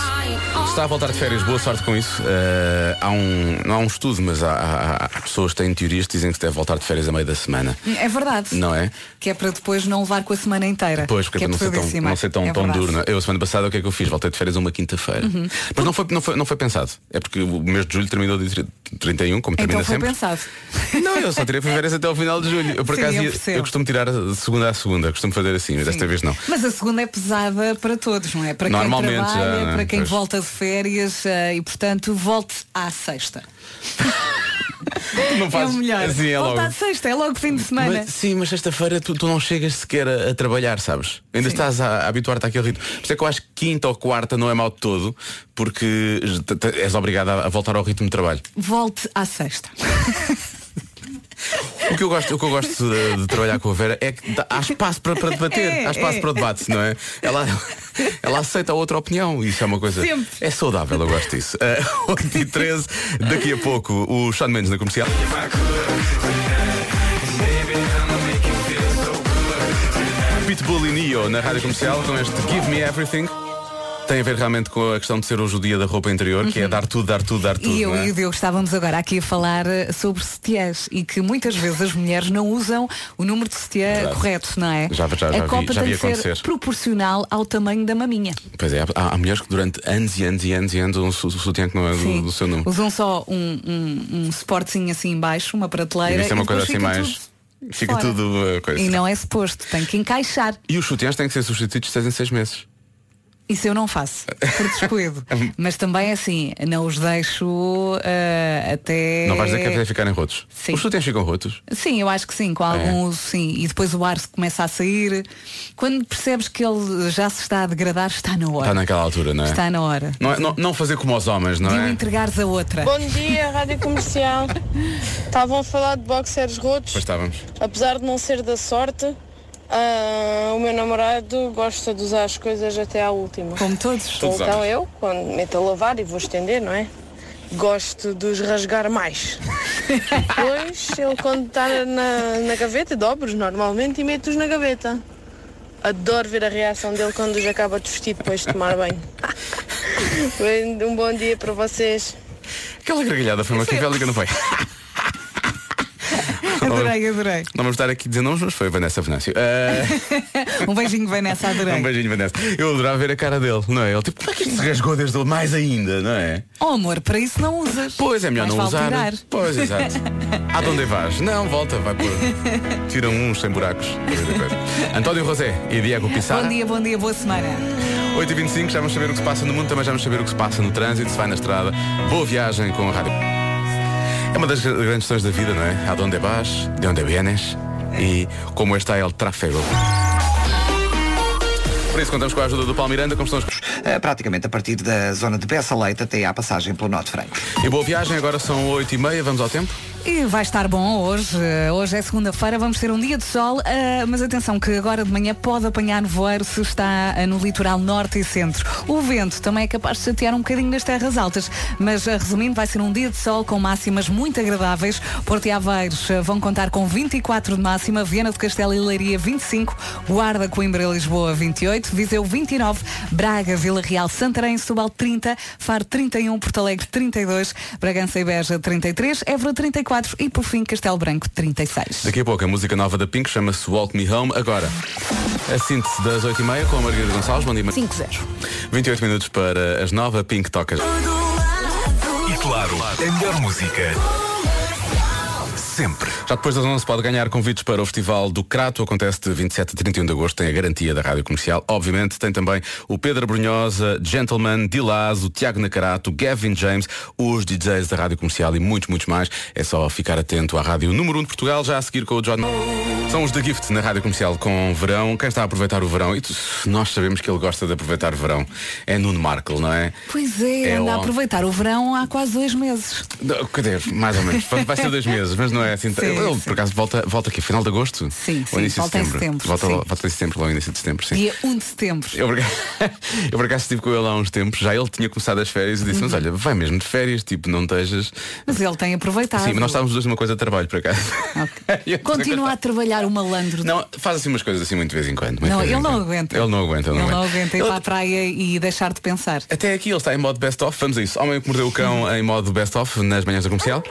[SPEAKER 2] Está a voltar de férias, boa sorte com isso. Eh, há um, não há um estudo, mas há, há- há pessoas que têm teorias que dizem que se deve voltar de férias a meio da semana.
[SPEAKER 1] É verdade.
[SPEAKER 2] Não é?
[SPEAKER 1] Que é para depois não levar com a semana inteira.
[SPEAKER 2] Pois, porque
[SPEAKER 1] que é
[SPEAKER 2] não, ser tão,
[SPEAKER 1] pesadíssima.
[SPEAKER 2] não ser tão,
[SPEAKER 1] É
[SPEAKER 2] tão
[SPEAKER 1] verdade.
[SPEAKER 2] duro. não é? Eu, a semana passada, o que é que eu fiz? Voltei de férias uma quinta-feira.
[SPEAKER 1] Uhum.
[SPEAKER 2] Mas não foi, não, foi, não foi pensado. É porque o mês de julho terminou de 31, como termina
[SPEAKER 1] Então foi
[SPEAKER 2] sempre.
[SPEAKER 1] pensado. *laughs*
[SPEAKER 2] Não, eu só tirei férias até ao final de julho. Eu, por
[SPEAKER 1] Sim,
[SPEAKER 2] acaso,
[SPEAKER 1] eu
[SPEAKER 2] ia- eu,
[SPEAKER 1] percebo.
[SPEAKER 2] costumo tirar de segunda a segunda. Costumo fazer assim, mas desta vez não.
[SPEAKER 1] Mas a segunda é pesada para todos, não é? Para quem
[SPEAKER 2] Normalmente,
[SPEAKER 1] trabalha,
[SPEAKER 2] já, não é?
[SPEAKER 1] para quem
[SPEAKER 2] Pois.
[SPEAKER 1] volta de férias eh, e, portanto, volte à sexta.
[SPEAKER 2] Não
[SPEAKER 1] é
[SPEAKER 2] fazes-
[SPEAKER 1] o melhor.
[SPEAKER 2] assim é
[SPEAKER 1] Volte
[SPEAKER 2] logo.
[SPEAKER 1] à sexta, é logo fim de semana.
[SPEAKER 2] Mas- sim, mas sexta-feira tu, tu não chegas sequer a, a trabalhar, sabes? Ainda estás a, a habituar-te àquele ritmo. Por isso é que eu acho que quinta ou quarta não é mau de todo, porque t- t- és obrigado a, a voltar ao ritmo de trabalho.
[SPEAKER 1] Volte à sexta.
[SPEAKER 2] O que eu gosto, o que eu gosto de, de trabalhar com a Vera é que dá- há espaço para, para debater,
[SPEAKER 1] É,
[SPEAKER 2] há espaço
[SPEAKER 1] é.
[SPEAKER 2] para o debate, não é? Ela, ela aceita a outra opinião, isso é uma coisa.
[SPEAKER 1] Sempre.
[SPEAKER 2] É saudável, eu gosto disso. *laughs* Uh, 8 e 13, daqui a pouco o Sean Mendes na comercial. Pitbull e Neo na rádio comercial com este Give Me Everything. Tem a ver realmente com a questão de ser hoje o dia da roupa interior, que é dar tudo, dar tudo, dar tudo.
[SPEAKER 1] Uhum. E eu
[SPEAKER 2] não é?
[SPEAKER 1] e o Diogo estávamos agora aqui a falar eh, sobre sutiãs e que muitas vezes as mulheres não usam o número de sutiã
[SPEAKER 2] Verdade.
[SPEAKER 1] correto, não é?
[SPEAKER 2] Já- já- já
[SPEAKER 1] a
[SPEAKER 2] vi-
[SPEAKER 1] copa
[SPEAKER 2] já
[SPEAKER 1] tem
[SPEAKER 2] vi
[SPEAKER 1] que ser
[SPEAKER 2] acontecer.
[SPEAKER 1] proporcional ao tamanho da maminha.
[SPEAKER 2] Pois é, há, há mulheres que durante anos e anos e anos e anos usam su- su- sutiã que não é do,
[SPEAKER 1] Sim.
[SPEAKER 2] do seu nome.
[SPEAKER 1] Usam só um, um, um suportezinho assim embaixo, uma prateleira.
[SPEAKER 2] E isso é uma
[SPEAKER 1] e
[SPEAKER 2] coisa
[SPEAKER 1] depois
[SPEAKER 2] assim
[SPEAKER 1] fica
[SPEAKER 2] mais.
[SPEAKER 1] tudo
[SPEAKER 2] Fica
[SPEAKER 1] fora.
[SPEAKER 2] tudo uh, coisa.
[SPEAKER 1] E não é suposto, tem que encaixar.
[SPEAKER 2] E os sutiãs têm que ser substituídos de seis em seis meses.
[SPEAKER 1] Isso eu não faço, por
[SPEAKER 2] *laughs*
[SPEAKER 1] descuido. Mas também é assim, não os deixo eh, até.
[SPEAKER 2] Não vais dizer que é para ficarem rotos.
[SPEAKER 1] Sim.
[SPEAKER 2] Os sutiãs ficam rotos.
[SPEAKER 1] Sim, eu acho que sim, com algum uso, sim. E depois o ar se começa a sair. Quando percebes que ele já se está a degradar, está na hora.
[SPEAKER 2] Está naquela altura, não é?
[SPEAKER 1] Está na hora.
[SPEAKER 2] Não, é- não- não fazer como aos homens, não
[SPEAKER 1] de o
[SPEAKER 2] é?
[SPEAKER 1] entregares a outra.
[SPEAKER 11] Bom dia, Rádio Comercial. Estavam a falar de boxers rotos.
[SPEAKER 2] Pois tá. estávamos.
[SPEAKER 8] Então
[SPEAKER 11] Apesar de não ser da sorte, ah, o meu namorado gosta de usar as coisas até à última.
[SPEAKER 1] Como todos.
[SPEAKER 11] Ou
[SPEAKER 1] Todos
[SPEAKER 11] então
[SPEAKER 1] nós.
[SPEAKER 11] eu, quando meto a lavar e vou estender, não é? Gosto de os rasgar mais. Depois, ele quando está na, na gaveta, dobro-os normalmente e meto-os na gaveta. Adoro ver a reação dele quando os acaba de vestir depois de tomar banho. Bem, Um bom dia para vocês.
[SPEAKER 2] Aquela gargalhada foi uma que
[SPEAKER 1] *laughs*
[SPEAKER 2] não foi?
[SPEAKER 1] Adorei, adorei. *laughs*
[SPEAKER 2] Não vamos estar aqui dizendo nomes, mas foi a Vanessa Venâncio. Uh,
[SPEAKER 1] um beijinho, Vanessa, adorei.
[SPEAKER 2] um beijinho, Vanessa. Eu adorava ver a cara dele, não é? Ele tipo, como é que isto se rasgou desde o- mais ainda, não é?
[SPEAKER 1] Oh amor, para isso não usas.
[SPEAKER 2] Pois é melhor
[SPEAKER 1] Mais
[SPEAKER 2] não
[SPEAKER 1] vale
[SPEAKER 2] usar.
[SPEAKER 1] tirar.
[SPEAKER 2] Pois, exato. Aonde vais? Não, volta, vai por. Tiram uns sem buracos. António Rosé e Diego
[SPEAKER 1] Bom
[SPEAKER 2] Pissarra.
[SPEAKER 1] dia, bom dia, boa semana.
[SPEAKER 2] 8h25, já vamos saber o que se passa no mundo, também já vamos saber o que se passa no trânsito, se vai na estrada. Boa viagem com a rádio. É uma das grandes questões da vida, não é? Aonde vas, de onde vienes e como é está el tráfego. Por isso contamos com a ajuda do Palmiranda, como estão os...
[SPEAKER 3] Ah, praticamente a partir da zona de Bessa Leite até à passagem pelo Norte Franco.
[SPEAKER 2] E boa viagem, agora são 8h30, vamos ao tempo?
[SPEAKER 1] E vai estar bom hoje. Eh, Hoje é segunda-feira, vamos ter um dia de sol, eh, mas atenção que agora de manhã pode apanhar nevoeiro se está eh, no litoral norte e centro. O vento também é capaz de chatear um bocadinho nas terras altas, mas eh, resumindo, vai ser um dia de sol com máximas muito agradáveis. Porto e Aveiros eh, vão contar com 24 de máxima, Viana do Castelo e Leiria 25, Guarda, Coimbra e Lisboa 28, Viseu 29, Braga, Vila Real, Santarém, Setúbal 30, Faro 31, Porto Alegre 32, Bragança e Beja 33, Évora 34 e por fim Castelo Branco 36.
[SPEAKER 2] Daqui a pouco a música nova da Pink chama-se Walk Me Home. Agora, a síntese das 8h30 com a Margarida Gonçalves. Bom dia, Mar-
[SPEAKER 4] 5-0.
[SPEAKER 2] 28 minutos para as 9, a Pink toca.
[SPEAKER 12] E claro, a melhor música. Sempre.
[SPEAKER 2] Já depois das 11 pode ganhar convites para o Festival do Crato, acontece de 27 a 31 de agosto, tem a garantia da Rádio Comercial. Obviamente tem também o Pedro Brunhosa, Gentleman, Dilaz, o Tiago Nacarato, o Gavin James, os DJs da Rádio Comercial e muitos, muitos mais. É só ficar atento à Rádio Número 1 de Portugal, já a seguir com o John... São os da Gift na Rádio Comercial com verão. Quem está a aproveitar o verão? E tu- nós sabemos que ele gosta de aproveitar o verão. É Nuno Markle, não é?
[SPEAKER 1] Pois é,
[SPEAKER 2] É
[SPEAKER 1] anda a
[SPEAKER 2] on-
[SPEAKER 1] aproveitar o verão há quase dois meses.
[SPEAKER 2] Não, Quer dizer, mais ou menos. Vai ser dois meses, mas não é é assim.
[SPEAKER 1] Sim,
[SPEAKER 2] ele, ele,
[SPEAKER 1] sim.
[SPEAKER 2] Por acaso volta, volta aqui, final de agosto?
[SPEAKER 1] Sim,
[SPEAKER 2] Ou
[SPEAKER 1] sim,
[SPEAKER 2] início
[SPEAKER 1] volta em
[SPEAKER 2] de setembro.
[SPEAKER 1] setembro,
[SPEAKER 2] Volta,
[SPEAKER 1] sim.
[SPEAKER 2] lá- volta em setembro, lá ao início de setembro, sim.
[SPEAKER 1] Dia 1 de setembro.
[SPEAKER 2] Eu por, acaso, *laughs* eu por acaso estive com ele há uns tempos, já ele tinha começado as férias e disse,
[SPEAKER 1] Uhum.
[SPEAKER 2] mas olha, vai mesmo de férias, tipo, não estejas.
[SPEAKER 1] Mas ele tem aproveitado.
[SPEAKER 2] Sim, mas nós
[SPEAKER 1] *laughs*
[SPEAKER 2] estávamos os dois numa coisa de trabalho, por acaso. E *laughs* eu-
[SPEAKER 1] Continua a trabalhar o malandro.
[SPEAKER 2] Não, faz assim umas coisas assim muito de vez em quando. muito
[SPEAKER 1] Não,
[SPEAKER 2] de vez
[SPEAKER 1] ele
[SPEAKER 2] em *laughs*
[SPEAKER 1] não
[SPEAKER 2] quando.
[SPEAKER 1] aguenta.
[SPEAKER 2] Ele não aguenta, ele não
[SPEAKER 1] Ele não
[SPEAKER 2] aguenta.
[SPEAKER 1] aguenta ir para a praia e deixar de pensar.
[SPEAKER 2] Até aqui ele está em modo best-of. Vamos a isso. Homem que mordeu o cão em modo best-of nas manhãs da comercial.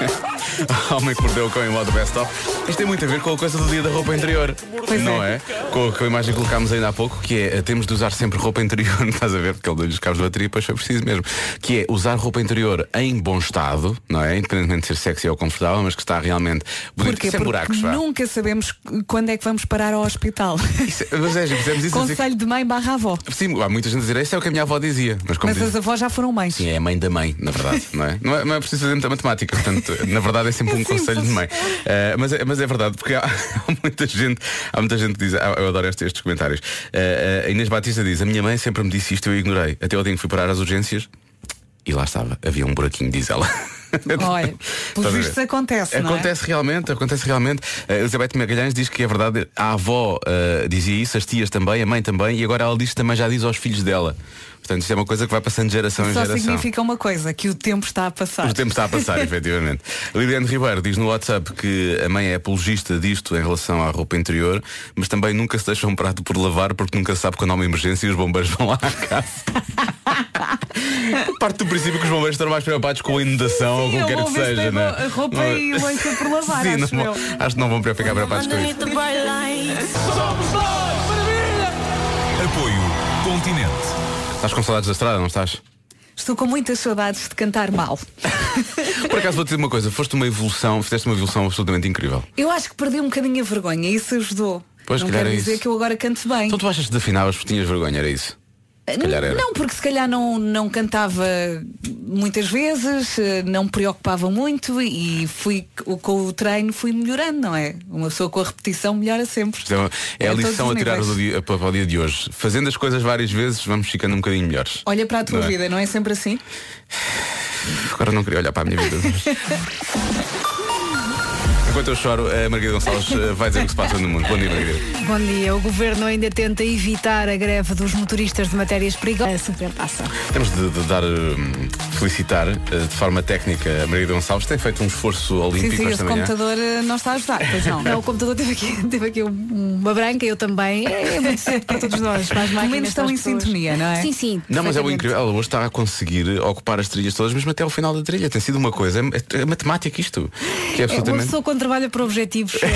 [SPEAKER 2] *laughs* Homem que mordeu o cão em modo best-of. Isto tem muito a ver com a coisa do dia da roupa interior.
[SPEAKER 1] Pois
[SPEAKER 2] não
[SPEAKER 1] é.
[SPEAKER 2] é? Com a, com a imagem que colocámos ainda há pouco, que é eh, temos de usar sempre roupa interior, *laughs* estás a ver? Porque ele deu-lhe os cabos da bateria, pois foi preciso mesmo. Que é usar roupa interior em bom estado, não é? Independentemente de ser sexy ou confortável, mas que está realmente bonito, sem
[SPEAKER 1] Porquê? Porque
[SPEAKER 2] é buracos, vá.
[SPEAKER 1] nunca sabemos quando é que vamos parar ao hospital.
[SPEAKER 2] Isso- Mas é, fizemos isso. assim-
[SPEAKER 1] Conselho de mãe barra avó.
[SPEAKER 2] Sim, há muita gente a dizer, isso é o que a minha avó dizia. Mas como
[SPEAKER 1] Mas
[SPEAKER 2] diz-
[SPEAKER 1] as avós já foram mães.
[SPEAKER 2] Sim, é a mãe da mãe, na verdade, não é? Não é, não é preciso fazer muita matemática, portanto, na verdade é
[SPEAKER 1] *laughs*
[SPEAKER 2] sempre um conselho de mãe. Eh, mas, é, mas é verdade, porque há, *laughs* há muita gente, há muita gente que diz, ah, eu adoro estes, estes comentários. Eh, eh, a Inês Batista diz, a minha mãe sempre me disse isto e eu ignorei. Até o dia em que fui parar às urgências e lá estava, havia um buraquinho, diz ela. *laughs* Estás
[SPEAKER 1] Olha,
[SPEAKER 2] a
[SPEAKER 1] pelos
[SPEAKER 2] ver?
[SPEAKER 1] vistos acontece, não é?
[SPEAKER 2] Acontece realmente, acontece realmente. A Elizabeth Magalhães diz que é verdade, a avó eh, dizia isso, as tias também, a mãe também, e agora ela diz que também já diz aos filhos dela. Portanto, isto é uma coisa que vai passando de geração em
[SPEAKER 1] Só
[SPEAKER 2] é geração.
[SPEAKER 1] significa uma coisa, que o tempo está a passar.
[SPEAKER 2] O tempo está a passar,
[SPEAKER 1] *laughs*
[SPEAKER 2] efetivamente. Liliane Ribeiro diz no WhatsApp que a mãe é apologista disto em relação à roupa interior, mas também nunca se deixa um prato por lavar porque nunca se sabe quando há uma emergência e os bombeiros vão lá à casa.
[SPEAKER 1] *laughs*
[SPEAKER 2] Parte do princípio que os bombeiros estão mais preocupados com a inundação ou com
[SPEAKER 1] Sim,
[SPEAKER 2] o
[SPEAKER 1] eu
[SPEAKER 2] que quer
[SPEAKER 1] vou
[SPEAKER 2] que
[SPEAKER 1] ver se
[SPEAKER 2] seja,
[SPEAKER 1] tem
[SPEAKER 2] não
[SPEAKER 1] a
[SPEAKER 2] é?
[SPEAKER 1] roupa
[SPEAKER 2] Não-
[SPEAKER 1] e lança por lavar,
[SPEAKER 2] Sim,
[SPEAKER 1] acho
[SPEAKER 2] não
[SPEAKER 1] eu.
[SPEAKER 2] vão- acho que não vão ficar preocupados com isso.
[SPEAKER 7] Somos nós, maravilha!
[SPEAKER 2] Apoio Continente. Estás com saudades da estrada, não estás?
[SPEAKER 1] Estou com muitas saudades de
[SPEAKER 2] *laughs*
[SPEAKER 1] cantar mal.
[SPEAKER 2] Por acaso vou te dizer uma coisa, foste uma evolução, fizeste uma evolução absolutamente incrível.
[SPEAKER 1] Eu acho que perdi um bocadinho a vergonha, isso ajudou.
[SPEAKER 2] Pois,
[SPEAKER 1] não
[SPEAKER 2] calhar
[SPEAKER 1] quero
[SPEAKER 2] é
[SPEAKER 1] dizer
[SPEAKER 2] isso.
[SPEAKER 1] que eu agora canto bem.
[SPEAKER 2] Então tu achas que desafinavas porque tinhas vergonha, era isso? Se calhar era.
[SPEAKER 1] Não, porque se calhar não, não cantava muitas vezes, eh, não me preocupava muito e fui co- com o treino fui melhorando, não é? Uma pessoa com a repetição melhora sempre.
[SPEAKER 2] Isto é- É a
[SPEAKER 1] todos
[SPEAKER 2] lição
[SPEAKER 1] os
[SPEAKER 2] a tirar
[SPEAKER 1] níveis.
[SPEAKER 2] do dia, para o dia de hoje. Fazendo as coisas várias vezes, vamos ficando um bocadinho melhores.
[SPEAKER 1] Olha para a tua
[SPEAKER 2] Não é?
[SPEAKER 1] vida, não é sempre assim?
[SPEAKER 2] Agora não queria olhar para a minha vida.
[SPEAKER 1] *laughs*
[SPEAKER 2] Enquanto eu choro, a Margarida Gonçalves eh, vai dizer o que se passa no mundo. Bom dia, Margarida.
[SPEAKER 4] Bom dia. O governo ainda tenta evitar a greve dos motoristas de matérias perigosas. É super passa.
[SPEAKER 2] Temos de, de dar, hum, felicitar eh, de forma técnica a Margarida Gonçalves. Tem feito um esforço olímpico
[SPEAKER 1] sim, sim,
[SPEAKER 2] esta
[SPEAKER 1] esse
[SPEAKER 2] manhã.
[SPEAKER 1] computador eh, não está a ajudar, pois não.
[SPEAKER 4] Não, o computador teve aqui, *laughs* teve aqui um- uma branca, eu também. É muito cedo para todos nós. *laughs* Para as
[SPEAKER 1] Pelo
[SPEAKER 4] máquinas,
[SPEAKER 1] menos estão
[SPEAKER 4] para as
[SPEAKER 1] em
[SPEAKER 4] pessoas.
[SPEAKER 1] sintonia, não é?
[SPEAKER 4] Sim, sim.
[SPEAKER 2] Não, mas é o
[SPEAKER 4] perfeitamente.
[SPEAKER 2] incrível. Ela hoje está a conseguir ocupar as trilhas todas, mesmo até ao final da trilha. Tem sido uma coisa. É, é- é matemática isto. Que é
[SPEAKER 4] É, uma
[SPEAKER 2] absolutamente.
[SPEAKER 4] pessoa quando trabalha para objetivos. eh,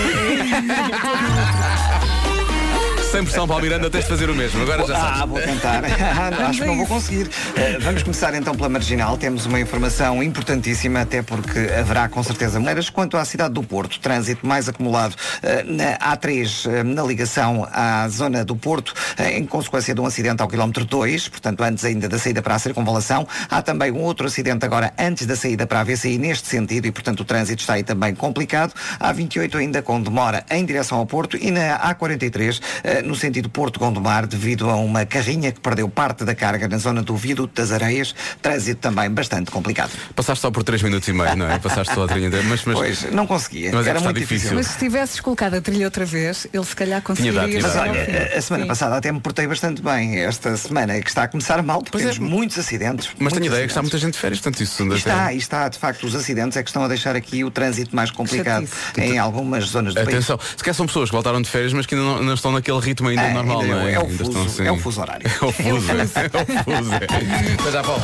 [SPEAKER 2] Sem pressão, Paulo Miranda, tens de fazer o mesmo. Agora já sabes.
[SPEAKER 3] Ah,
[SPEAKER 2] *laughs*
[SPEAKER 3] vou tentar.
[SPEAKER 2] Vamos
[SPEAKER 3] Acho que
[SPEAKER 2] a
[SPEAKER 3] não vou
[SPEAKER 2] isso.
[SPEAKER 3] conseguir. Eh, Vamos começar então pela marginal. Temos uma informação importantíssima, até porque haverá com certeza maneiras. Quanto à cidade do Porto, trânsito mais acumulado eh, na A3, eh, na ligação à zona do Porto, eh, em consequência de um acidente ao quilómetro 2, portanto, antes ainda da saída para a circunvalação. Há também um outro acidente agora antes da saída para a VCI neste sentido e, portanto, o trânsito está aí também complicado. Há 28 ainda com demora em direção ao Porto e na A43, eh, no sentido Porto-Gondomar, devido a uma carrinha que perdeu parte da carga na zona do viaduto das Areias. Trânsito também bastante complicado.
[SPEAKER 2] Passaste só por 3 minutos e meio, não é? Passaste só a trilha inteira, mas, mas...
[SPEAKER 3] Pois, não conseguia.
[SPEAKER 2] Mas é
[SPEAKER 3] Era
[SPEAKER 2] que está
[SPEAKER 3] muito difícil.
[SPEAKER 1] Mas se tivesses colocado a trilha outra vez, ele se calhar conseguiria
[SPEAKER 3] Mas
[SPEAKER 1] chegar ao
[SPEAKER 3] olha,
[SPEAKER 1] fim.
[SPEAKER 3] a- a semana
[SPEAKER 1] Sim.
[SPEAKER 3] passada até me portei bastante bem. Esta semana é que está a começar mal, porque temos muitos acidentes.
[SPEAKER 2] é. Mas
[SPEAKER 3] muitos
[SPEAKER 2] tenho ideia que
[SPEAKER 3] acidentes.
[SPEAKER 2] está muita gente de férias, portanto isso ainda
[SPEAKER 3] E está,
[SPEAKER 2] tem-
[SPEAKER 3] e está, de facto, os acidentes é que estão a deixar aqui o trânsito mais complicado em algumas zonas do país.
[SPEAKER 2] Então, Atenção, se calhar são pessoas que voltaram de férias, mas que ainda não, não estão naquele ritmo ainda
[SPEAKER 3] Ah,
[SPEAKER 2] normal,
[SPEAKER 3] ainda
[SPEAKER 2] não é?
[SPEAKER 3] é o
[SPEAKER 2] Ainda
[SPEAKER 3] fuso,
[SPEAKER 2] estão
[SPEAKER 3] é o fuso horário.
[SPEAKER 2] *laughs* É o fuso, é o fuso. é. Até já, Paulo.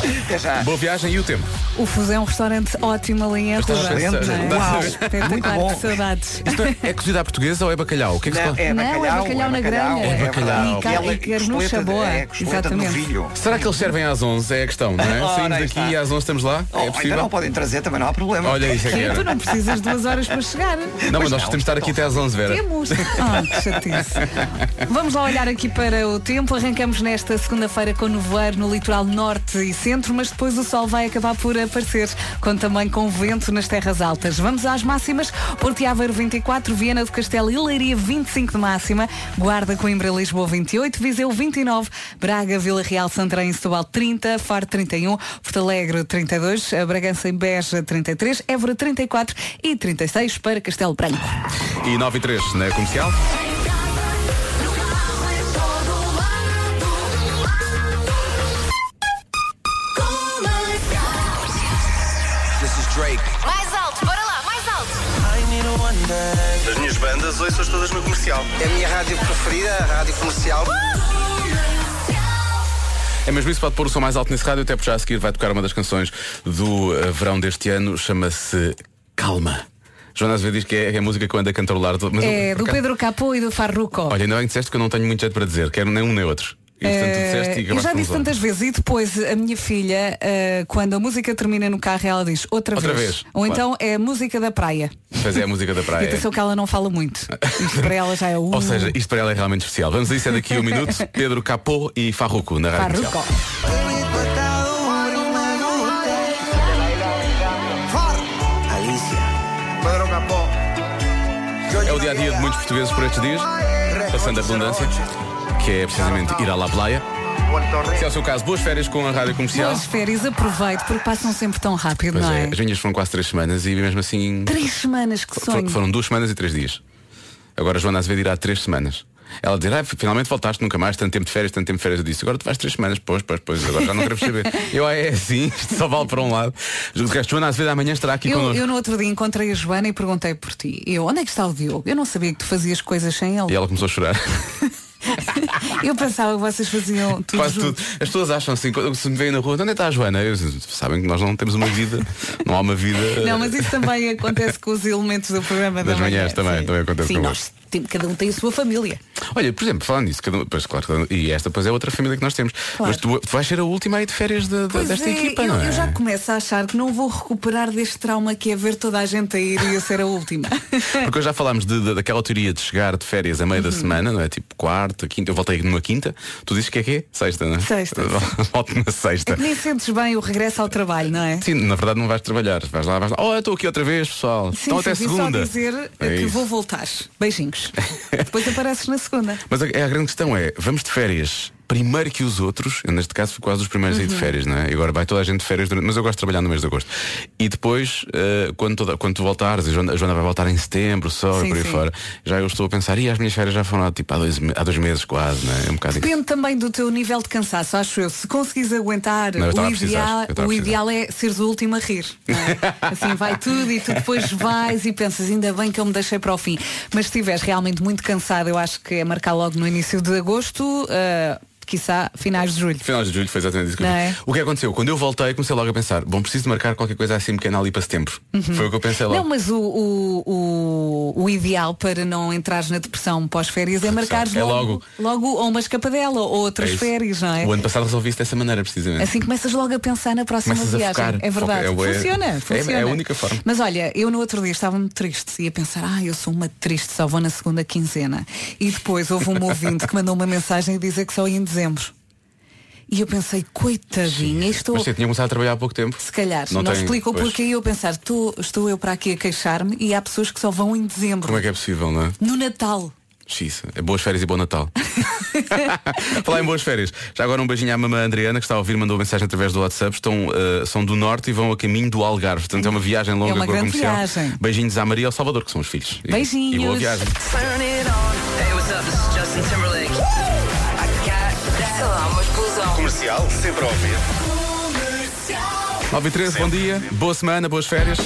[SPEAKER 2] Boa viagem e o tempo.
[SPEAKER 1] O Fuso é um restaurante ótimo ali em
[SPEAKER 2] Estás
[SPEAKER 1] Arruda.
[SPEAKER 2] a pensar-
[SPEAKER 1] não é?
[SPEAKER 2] Uau,
[SPEAKER 1] Espetacular,
[SPEAKER 2] muito bom.
[SPEAKER 1] que saudades.
[SPEAKER 2] Isto é, é cozida à portuguesa ou é bacalhau? O que é que
[SPEAKER 1] Não,
[SPEAKER 2] está-
[SPEAKER 1] é Não, é bacalhau, bacalhau é na bacalhau, grelha.
[SPEAKER 2] É
[SPEAKER 1] é
[SPEAKER 2] bacalhau.
[SPEAKER 1] E cal- e carnucha boa, É, costeleta de exatamente. novilho.
[SPEAKER 2] Será que eles servem às 11? É a questão, não é?
[SPEAKER 3] Ora,
[SPEAKER 2] Saímos
[SPEAKER 3] aí
[SPEAKER 2] daqui
[SPEAKER 3] está.
[SPEAKER 2] e às 11 estamos lá?
[SPEAKER 3] Oh,
[SPEAKER 2] é
[SPEAKER 3] ainda
[SPEAKER 2] possível?
[SPEAKER 3] não podem trazer, também não há problema.
[SPEAKER 2] Olha isso é que
[SPEAKER 1] Sim,
[SPEAKER 2] era.
[SPEAKER 1] tu não precisas de duas horas para chegar.
[SPEAKER 3] então
[SPEAKER 2] Não, mas nós temos de estar aqui até às 11, Vera.
[SPEAKER 1] Temos. Ah, que chatice. Vamos lá olhar aqui para o tempo. Arrancamos nesta segunda-feira com nevoeiro no litoral norte e centro, mas depois o sol vai acabar por aparecer, com também com vento nas terras altas. Vamos às máximas. Porto e Aveiro 24, Viana do Castelo e Leiria 25 de máxima, Guarda, Coimbra, Lisboa 28, Viseu 29, Braga, Vila Real, Santarém e Setúbal 30, Faro 31, Porto Alegre 32, Bragança e Beja 33, Évora 34 e 36 para Castelo Branco.
[SPEAKER 2] E 9 e 3 na comercial.
[SPEAKER 5] Mais alto, bora lá, mais alto.
[SPEAKER 13] Das minhas bandas, ouço-as todas no comercial. É a minha rádio preferida, a rádio comercial.
[SPEAKER 2] É mesmo isso, pode pôr o som mais alto nesse rádio, até porque já a seguir vai tocar uma das canções do eh, verão deste ano, chama-se Calma. Joana Azevedo diz que é, é a música que eu ando a cantarolar. Mas
[SPEAKER 1] É
[SPEAKER 2] eu,
[SPEAKER 1] do
[SPEAKER 2] por acaso-
[SPEAKER 1] Pedro Capô e do Farruco.
[SPEAKER 2] Olha, ainda bem que disseste que eu não tenho muito jeito para dizer, quero nem um nem outro. E, portanto, tu
[SPEAKER 1] Eh,
[SPEAKER 2] disseste e
[SPEAKER 1] eu já
[SPEAKER 2] acabaste
[SPEAKER 1] disse
[SPEAKER 2] com os
[SPEAKER 1] tantas vezes e depois a minha filha eh, quando a música termina no carro ela diz outra,
[SPEAKER 2] Outra vez,
[SPEAKER 1] ou
[SPEAKER 2] claro.
[SPEAKER 1] então é a música da praia
[SPEAKER 2] outros. Pois é a música da
[SPEAKER 1] e
[SPEAKER 2] praia.
[SPEAKER 1] atenção que ela não fala muito isto para ela já
[SPEAKER 2] *laughs*
[SPEAKER 1] é o
[SPEAKER 2] Ou seja, isto para ela é realmente especial. Vamos a isso é daqui a um
[SPEAKER 1] *laughs*
[SPEAKER 2] minuto. Pedro Capô e Farruco na rádio. Comercial.
[SPEAKER 1] Farruco
[SPEAKER 13] Alicia. Pedro Capó.
[SPEAKER 2] É o dia a dia de muitos portugueses por estes dias, passando a abundância, que é precisamente ir à La Playa. Se é o seu caso, boas férias com a rádio comercial.
[SPEAKER 1] boas férias aproveito porque passam sempre tão rápido
[SPEAKER 2] Pois
[SPEAKER 1] não
[SPEAKER 2] é,
[SPEAKER 1] é?
[SPEAKER 2] as minhas foram quase três semanas e mesmo assim
[SPEAKER 1] três semanas que
[SPEAKER 2] for-
[SPEAKER 1] sonho
[SPEAKER 2] foram duas semanas e três dias. Agora a Joana Azevedo irá três semanas. Ela dizer, ah, finalmente voltaste nunca mais, tanto tempo de férias, tanto tempo de férias. Eu disse, agora tu vais três semanas, pois, pois, pois, agora já não queremos
[SPEAKER 1] *laughs*
[SPEAKER 2] saber. Eu, ah, é assim, isto só vale para um lado. De resto, Joana Azevedo amanhã estará aqui
[SPEAKER 1] eu,
[SPEAKER 2] connosco.
[SPEAKER 1] eu no outro dia encontrei a Joana e perguntei por ti eu onde é que está o Diogo eu não sabia que tu fazias coisas sem ele
[SPEAKER 2] E ela começou a
[SPEAKER 1] *laughs*
[SPEAKER 2] chorar. *laughs*
[SPEAKER 1] eu pensava que vocês faziam tudo
[SPEAKER 2] Quase
[SPEAKER 1] junto.
[SPEAKER 2] tudo. As pessoas acham assim, quando se me veem na rua, onde é que está a Joana? Eu, sabem que nós não temos uma vida, não há uma vida
[SPEAKER 1] Não, mas isso também acontece com os elementos do programa
[SPEAKER 2] das
[SPEAKER 1] da manhã.
[SPEAKER 2] manhãs também, é também acontece
[SPEAKER 1] Sim,
[SPEAKER 2] convosco.
[SPEAKER 1] nós tem- cada um tem a sua família.
[SPEAKER 2] Olha, por exemplo, falando nisso, cada um- pois, claro, cada um- e esta pois é outra família que nós temos.
[SPEAKER 1] Claro.
[SPEAKER 2] Mas tu, tu vais ser a última aí de férias de- de-
[SPEAKER 1] Pois
[SPEAKER 2] desta
[SPEAKER 1] é,
[SPEAKER 2] equipa,
[SPEAKER 1] eu,
[SPEAKER 2] não é?
[SPEAKER 1] eu já começo a achar que não vou recuperar deste trauma que é ver toda a gente a ir e eu ser a última.
[SPEAKER 2] Porque hoje já falámos de- de- daquela teoria de chegar de férias a meio
[SPEAKER 1] Uhum.
[SPEAKER 2] da semana, não é? Tipo quarta, quinta, eu voltei numa quinta, tu dizes que é que é? Sexta, não é? *laughs*
[SPEAKER 1] Sexta.
[SPEAKER 2] Volto na sexta.
[SPEAKER 1] É Nem sentes bem o regresso ao trabalho, não é?
[SPEAKER 2] Sim, na verdade não vais trabalhar. Vais lá, vais lá. Oh, eu estou aqui outra vez, pessoal.
[SPEAKER 1] Sim,
[SPEAKER 2] então até
[SPEAKER 1] sim,
[SPEAKER 2] segunda.
[SPEAKER 1] só dizer
[SPEAKER 2] É
[SPEAKER 1] que
[SPEAKER 2] isso.
[SPEAKER 1] vou voltar. Beijinhos. Depois apareces na segunda.
[SPEAKER 2] Mas a, a grande questão é, vamos de férias primeiro que os outros, eu neste caso fui quase os primeiros a ir de
[SPEAKER 1] Uhum.
[SPEAKER 2] férias, não é? E agora vai toda a gente de férias, durante, mas eu gosto de trabalhar no mês de agosto. E depois, eh, quando, toda- quando tu voltares, a Joana, a Joana vai voltar em setembro só,
[SPEAKER 1] Sim,
[SPEAKER 2] e por aí
[SPEAKER 1] sim.
[SPEAKER 2] fora, já eu estou a pensar, e as minhas férias já foram lá, tipo há dois, me- há dois meses quase, não é? É um bocado
[SPEAKER 1] Depende também do teu nível de cansaço, acho eu. Se conseguires aguentar,
[SPEAKER 2] Não, eu estava
[SPEAKER 1] o,
[SPEAKER 2] a precisar, eu
[SPEAKER 1] ideal,
[SPEAKER 2] estava a
[SPEAKER 1] o
[SPEAKER 2] precisar.
[SPEAKER 1] ideal é seres o último a rir.
[SPEAKER 2] *laughs*
[SPEAKER 1] não é? Assim vai tudo e tu depois vais e pensas, ainda bem que eu me deixei para o fim. Mas se estiveres realmente muito cansado, eu acho que é marcar logo no início de agosto, uh, quiçá finais de julho.
[SPEAKER 2] Final de julho foi exatamente isso que
[SPEAKER 1] Não
[SPEAKER 2] eu
[SPEAKER 1] é?
[SPEAKER 2] fiz. O que aconteceu? Quando eu voltei, comecei logo a pensar, bom, preciso de marcar qualquer coisa assim pequena ali para setembro.
[SPEAKER 1] Uhum.
[SPEAKER 2] Foi o que eu pensei logo.
[SPEAKER 1] Não, mas o, o, o, o ideal para não entrares na depressão pós-férias é marcares
[SPEAKER 2] É
[SPEAKER 1] logo,
[SPEAKER 2] logo.
[SPEAKER 1] logo ou uma escapadela ou outras
[SPEAKER 2] É isso.
[SPEAKER 1] férias, não é?
[SPEAKER 2] O ano passado resolvi isso dessa maneira, precisamente.
[SPEAKER 1] Assim começas logo a pensar na próxima
[SPEAKER 2] É. Começas a
[SPEAKER 1] viagem.
[SPEAKER 2] focar.
[SPEAKER 1] É verdade.
[SPEAKER 2] Foca- é- é-
[SPEAKER 1] funciona, funciona.
[SPEAKER 2] é a única forma.
[SPEAKER 1] Mas olha, eu no outro dia estava-me triste e a pensar, ah, eu sou uma triste, só vou na segunda quinzena. E depois houve um ouvinte que mandou uma mensagem e dizer que só ia em dezembro. E eu pensei, coitadinha, Assim, estou.
[SPEAKER 2] Mas você tinha começado a trabalhar há pouco tempo.
[SPEAKER 1] Se calhar,
[SPEAKER 2] Não
[SPEAKER 1] não,
[SPEAKER 2] tem-
[SPEAKER 1] explicou
[SPEAKER 2] pois.
[SPEAKER 1] porque aí eu pensar, estou, estou eu para aqui a queixar-me e há pessoas que só vão em dezembro,
[SPEAKER 2] Como é que é possível, não é?
[SPEAKER 1] no Natal.
[SPEAKER 2] Xis, É boas férias e bom Natal.
[SPEAKER 1] *laughs*
[SPEAKER 2] Falar em boas férias. Já agora um beijinho à mamã Adriana, que está a ouvir, mandou mensagem através do WhatsApp. Estão, eh, são do norte e vão a caminho do Algarve. Portanto, é uma viagem longa
[SPEAKER 1] É uma
[SPEAKER 2] com a
[SPEAKER 1] grande
[SPEAKER 2] comercial.
[SPEAKER 1] viagem.
[SPEAKER 2] Beijinhos à Maria e ao Salvador, que são os filhos. E-
[SPEAKER 1] Beijinhos.
[SPEAKER 2] E boa viagem.
[SPEAKER 5] Turn it on. Hey, what's up? This is Justin Timberlake. I got that. Sei lá, uma explosão.
[SPEAKER 13] Comercial, sempre a ouvir.
[SPEAKER 2] 9 e 13, bom dia. Boa semana, boas férias.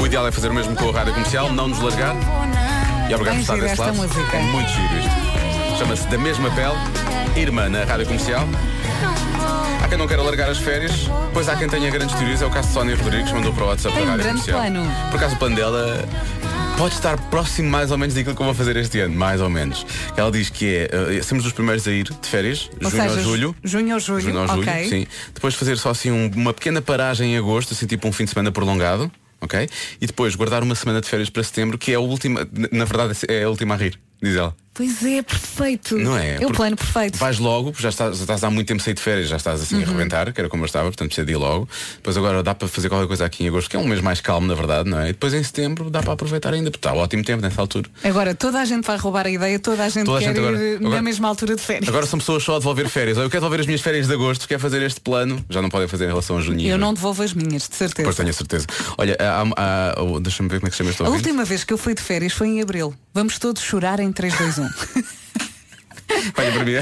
[SPEAKER 2] O ideal é fazer o mesmo com a rádio comercial, não nos largar. E obrigado por
[SPEAKER 1] Bem
[SPEAKER 2] estar
[SPEAKER 1] gira
[SPEAKER 2] desse
[SPEAKER 1] esta
[SPEAKER 2] lado.
[SPEAKER 1] música.
[SPEAKER 2] É muito giro isto. Chama-se Da Mesma Pele, Irmã na Rádio Comercial. Há quem não queira largar as férias, pois há quem tenha grandes teorias. É o caso de Sónia Rodrigues, mandou para o WhatsApp
[SPEAKER 1] Tem
[SPEAKER 2] da
[SPEAKER 1] um
[SPEAKER 2] Rádio
[SPEAKER 1] grande
[SPEAKER 2] Comercial.
[SPEAKER 1] plano.
[SPEAKER 2] Por acaso o plano dela pode estar próximo mais ou menos daquilo que eu vou fazer este ano, mais ou menos. Ela diz que é, eh, somos os primeiros a ir de férias,
[SPEAKER 1] Ou
[SPEAKER 2] junho
[SPEAKER 1] seja,
[SPEAKER 2] ou julho.
[SPEAKER 1] Junho ou julho,
[SPEAKER 2] Junho ou julho,
[SPEAKER 1] ok.
[SPEAKER 2] sim. Depois fazer só assim um- uma pequena paragem em agosto, assim tipo um fim de semana prolongado. ok? E depois guardar uma semana de férias para setembro, que é a última, na- na verdade é a última a rir, diz ela.
[SPEAKER 1] Pois é, perfeito.
[SPEAKER 2] Não é?
[SPEAKER 1] É o
[SPEAKER 2] Porque
[SPEAKER 1] plano perfeito.
[SPEAKER 2] Vais logo, já estás, já estás há muito tempo sem de férias, já estás assim
[SPEAKER 1] Uhum.
[SPEAKER 2] a arrebentar, que era como eu estava, portanto precisa de ir logo. Depois agora dá para fazer qualquer coisa aqui em agosto, que é um mês mais calmo, na verdade, não é? E depois em setembro dá para aproveitar ainda, porque está ótimo tempo nessa altura.
[SPEAKER 1] Agora, toda a gente vai roubar a ideia, toda a gente
[SPEAKER 2] Toda a
[SPEAKER 1] quer
[SPEAKER 2] gente agora-
[SPEAKER 1] ir eh, na
[SPEAKER 2] agora-
[SPEAKER 1] mesma altura de férias.
[SPEAKER 2] Agora são pessoas só a devolver férias. Ou eu quero devolver as minhas férias de agosto, quero fazer este plano, já não podem fazer em relação a junho. e
[SPEAKER 1] Eu
[SPEAKER 2] julho.
[SPEAKER 1] não devolvo as minhas, de certeza.
[SPEAKER 2] Pois tenho a certeza. Olha, há- há- há- oh, deixa-me ver como é que se chama este
[SPEAKER 1] A
[SPEAKER 2] ouvinte.
[SPEAKER 1] última vez que eu fui de férias foi em abril. Vamos todos chorar em um. 3,
[SPEAKER 2] *laughs*
[SPEAKER 1] 2, 1.
[SPEAKER 2] Olha para mim.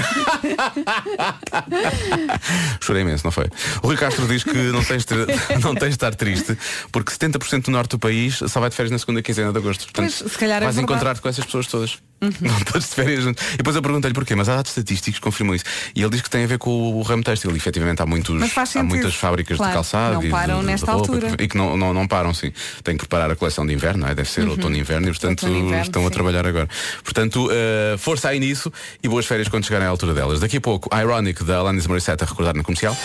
[SPEAKER 2] Chorei imenso, não foi? O Rui Castro diz que não tens, de, *laughs* não tens de estar triste, porque 70% do norte do país só vai de férias na segunda quinzena de agosto. Portanto,
[SPEAKER 1] Pois, se calhar é
[SPEAKER 2] vais
[SPEAKER 1] verdade. Uhum.
[SPEAKER 2] encontrar-te com essas pessoas todas. Vão todos de férias juntos. E depois eu perguntei-lhe porquê, mas há dados estatísticos que confirmam isso. E ele diz que tem a ver com o ramo têxtil. E, efetivamente, há, muitos,
[SPEAKER 1] Mas faz
[SPEAKER 2] há
[SPEAKER 1] sentido.
[SPEAKER 2] muitas fábricas
[SPEAKER 1] Claro,
[SPEAKER 2] de calçado
[SPEAKER 1] não
[SPEAKER 2] e de-
[SPEAKER 1] param
[SPEAKER 2] de, de
[SPEAKER 1] nesta
[SPEAKER 2] roupa,
[SPEAKER 1] altura.
[SPEAKER 2] E que não, não, não param, sim. Tem que preparar a coleção de inverno, não é? deve ser
[SPEAKER 1] Uhum.
[SPEAKER 2] outono e inverno, e portanto
[SPEAKER 1] Outono e inverno,
[SPEAKER 2] estão a
[SPEAKER 1] sim.
[SPEAKER 2] trabalhar agora. Portanto, eh, força aí nisso e boas férias quando chegarem à altura delas. Daqui a pouco, Ironic da Alanis Morissette a recordar no comercial.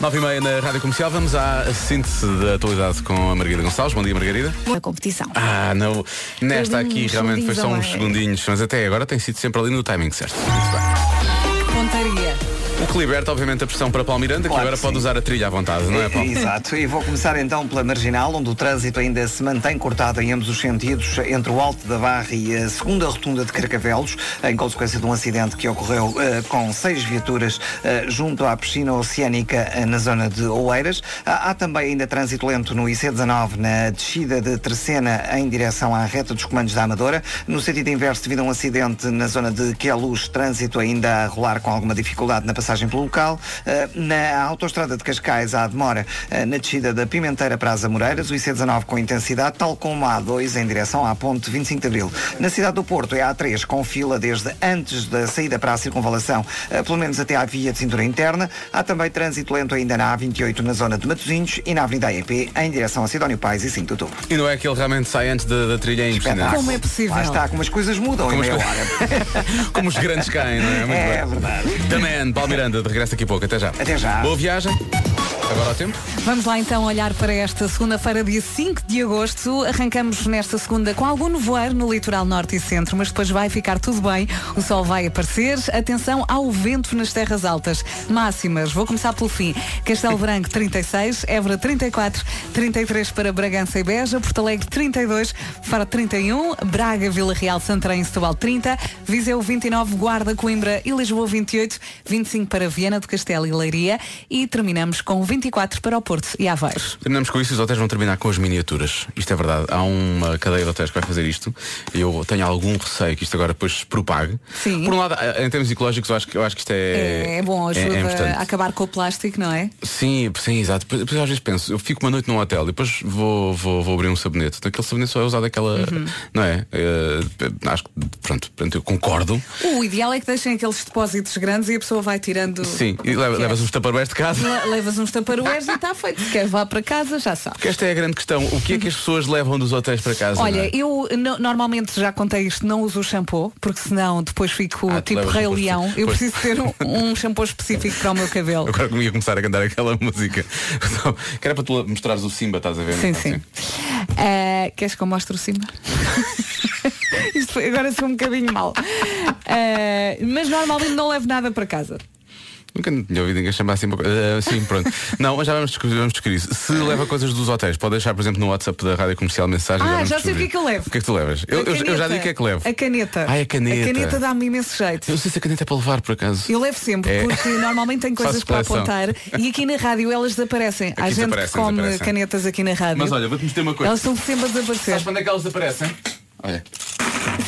[SPEAKER 2] 9 e meia na Rádio Comercial, vamos à síntese da atualidade com a Margarida Gonçalves. Bom dia, Margarida.
[SPEAKER 4] A é competição.
[SPEAKER 2] Ah, não. Nesta aqui
[SPEAKER 4] Segundinhos,
[SPEAKER 2] realmente foi só uns
[SPEAKER 4] segundinhos
[SPEAKER 2] segundinhos, mas até agora tem sido sempre ali no timing certo.
[SPEAKER 1] Pontaria.
[SPEAKER 2] O que liberta, obviamente, a pressão para Paulo Miranda, que agora pode usar a trilha à vontade, não é, Paulo?
[SPEAKER 3] Exato, e vou começar então pela marginal, onde o trânsito ainda se mantém cortado em ambos os sentidos, entre o Alto da Barra e a segunda rotunda de Carcavelos, em consequência de um acidente que ocorreu eh, com seis viaturas eh, junto à piscina oceânica eh, na zona de Oeiras. Há, há também ainda trânsito lento no IC19, na descida de Tercena, em direção à reta dos comandos da Amadora. No sentido inverso, devido a um acidente na zona de Queluz, trânsito ainda a rolar com alguma dificuldade na passagem pelo local. Eh, Na autoestrada de Cascais há demora eh, na descida da Pimenteira para as Amoreiras, o IC19 com intensidade, tal como a A2 em direção à ponte 25 de Abril. Na cidade do Porto é a A3 com fila desde antes da saída para a circunvalação, eh, pelo menos até à via de cintura interna. Há também trânsito lento ainda na A28 na zona de Matosinhos e na Avenida AEP em direção a Sidónio Pais e 5 de Outubro.
[SPEAKER 2] E não é que ele realmente sai antes da, da trilha, é impressionante.
[SPEAKER 3] Como é
[SPEAKER 1] possível?
[SPEAKER 3] Lá está, como as coisas mudam
[SPEAKER 2] Como
[SPEAKER 3] em
[SPEAKER 2] as co-
[SPEAKER 3] meia hora.
[SPEAKER 2] Como os grandes caem, não *laughs* é? Muito
[SPEAKER 3] É,
[SPEAKER 2] bem.
[SPEAKER 3] é verdade.
[SPEAKER 2] The Man, Paulo Miranda, de regresso daqui a pouco. Até já. Até
[SPEAKER 3] já.
[SPEAKER 2] Boa viagem. Agora ao tempo.
[SPEAKER 1] Vamos lá então olhar para esta segunda-feira, dia 5 de agosto. Arrancamos nesta segunda com algum nevoeiro no litoral norte e centro, mas depois vai ficar tudo bem. O sol vai aparecer. Atenção ao vento nas terras altas. Máximas, vou começar pelo fim. Castelo Branco 36, Évora 34, 33 para Bragança e Beja, Porto Alegre 32, Faro 31, Braga, Vila Real, Santarém e Setúbal 30, Viseu 29, Guarda, Coimbra e Lisboa 28, 25 para Viana do Castelo e Leiria e terminamos com 24 para o Porto e Aveiro.
[SPEAKER 2] Terminamos com isso e os hotéis vão terminar com as miniaturas. Isto é verdade. Há uma cadeia de hotéis que vai fazer isto. Eu tenho algum receio que isto agora depois se propague.
[SPEAKER 1] Sim.
[SPEAKER 2] Por um lado, em termos ecológicos, eu acho que, eu acho que isto é.
[SPEAKER 1] É, é bom,
[SPEAKER 2] é- é
[SPEAKER 1] ajuda
[SPEAKER 2] importante.
[SPEAKER 1] a acabar com o plástico, não é?
[SPEAKER 2] Sim, sim, exato. Depois, depois às vezes penso, eu fico uma noite num hotel e depois vou, vou, vou abrir um sabonete. Aquele sabonete só é usado aquela.
[SPEAKER 1] Uhum.
[SPEAKER 2] Não é? Eh, acho que, pronto, portanto, eu concordo.
[SPEAKER 1] O ideal é que deixem aqueles depósitos grandes e a pessoa vai tirando.
[SPEAKER 2] Sim, e leva- levas os taparoeiros de casa.
[SPEAKER 1] Le- Levas uns tamparueres e está feito. Se queres vá para casa, já sabe.
[SPEAKER 2] Porque esta é a grande questão. O que é que as pessoas levam dos hotéis para casa? não é?
[SPEAKER 1] Olha, eu no- normalmente já contei isto, não uso o shampoo, porque senão depois fico
[SPEAKER 2] Ah, tu
[SPEAKER 1] tipo
[SPEAKER 2] levas
[SPEAKER 1] rei
[SPEAKER 2] depois-
[SPEAKER 1] leão. Eu
[SPEAKER 2] pois.
[SPEAKER 1] preciso ter um, um shampoo específico para o
[SPEAKER 2] *laughs*
[SPEAKER 1] meu cabelo.
[SPEAKER 2] Agora que me ia começar a cantar aquela *laughs* música. Então, que era para tu mostrares o Simba, estás a ver?
[SPEAKER 1] Sim,
[SPEAKER 2] Então,
[SPEAKER 1] sim. Ah, queres que eu mostre o cima? *laughs* Isto foi- agora sou um bocadinho mal. Ah, mas normalmente não levo nada para casa.
[SPEAKER 2] Nunca tinha ouvido ninguém chamar assim. uma co- Ah, sim, pronto. Não, mas já vamos discutir, vamos discutir isso. Se leva coisas dos hotéis, pode deixar, por exemplo, no WhatsApp da Rádio Comercial mensagem.
[SPEAKER 1] Ah,
[SPEAKER 2] vamos
[SPEAKER 1] já sei o que é que eu levo.
[SPEAKER 2] O que é que tu levas? Eu,
[SPEAKER 1] A
[SPEAKER 2] eu- eu já
[SPEAKER 1] caneta.
[SPEAKER 2] digo o que é que levo.
[SPEAKER 1] A caneta.
[SPEAKER 2] Ai, a caneta.
[SPEAKER 1] A caneta dá-me imenso jeito.
[SPEAKER 2] Eu não sei se a caneta é para levar, por acaso.
[SPEAKER 1] Eu levo sempre,
[SPEAKER 2] É.
[SPEAKER 1] porque normalmente tenho coisas
[SPEAKER 2] *laughs* Faço
[SPEAKER 1] para
[SPEAKER 2] coleção.
[SPEAKER 1] apontar e aqui na rádio elas desaparecem. Há
[SPEAKER 2] Aqui
[SPEAKER 1] gente que
[SPEAKER 2] desaparecem,
[SPEAKER 1] come
[SPEAKER 2] desaparecem.
[SPEAKER 1] canetas aqui na rádio.
[SPEAKER 2] Mas olha, vou-te meter uma coisa.
[SPEAKER 1] Elas estão sempre a desaparecer.
[SPEAKER 2] Sabes quando é que elas aparecem? Olha.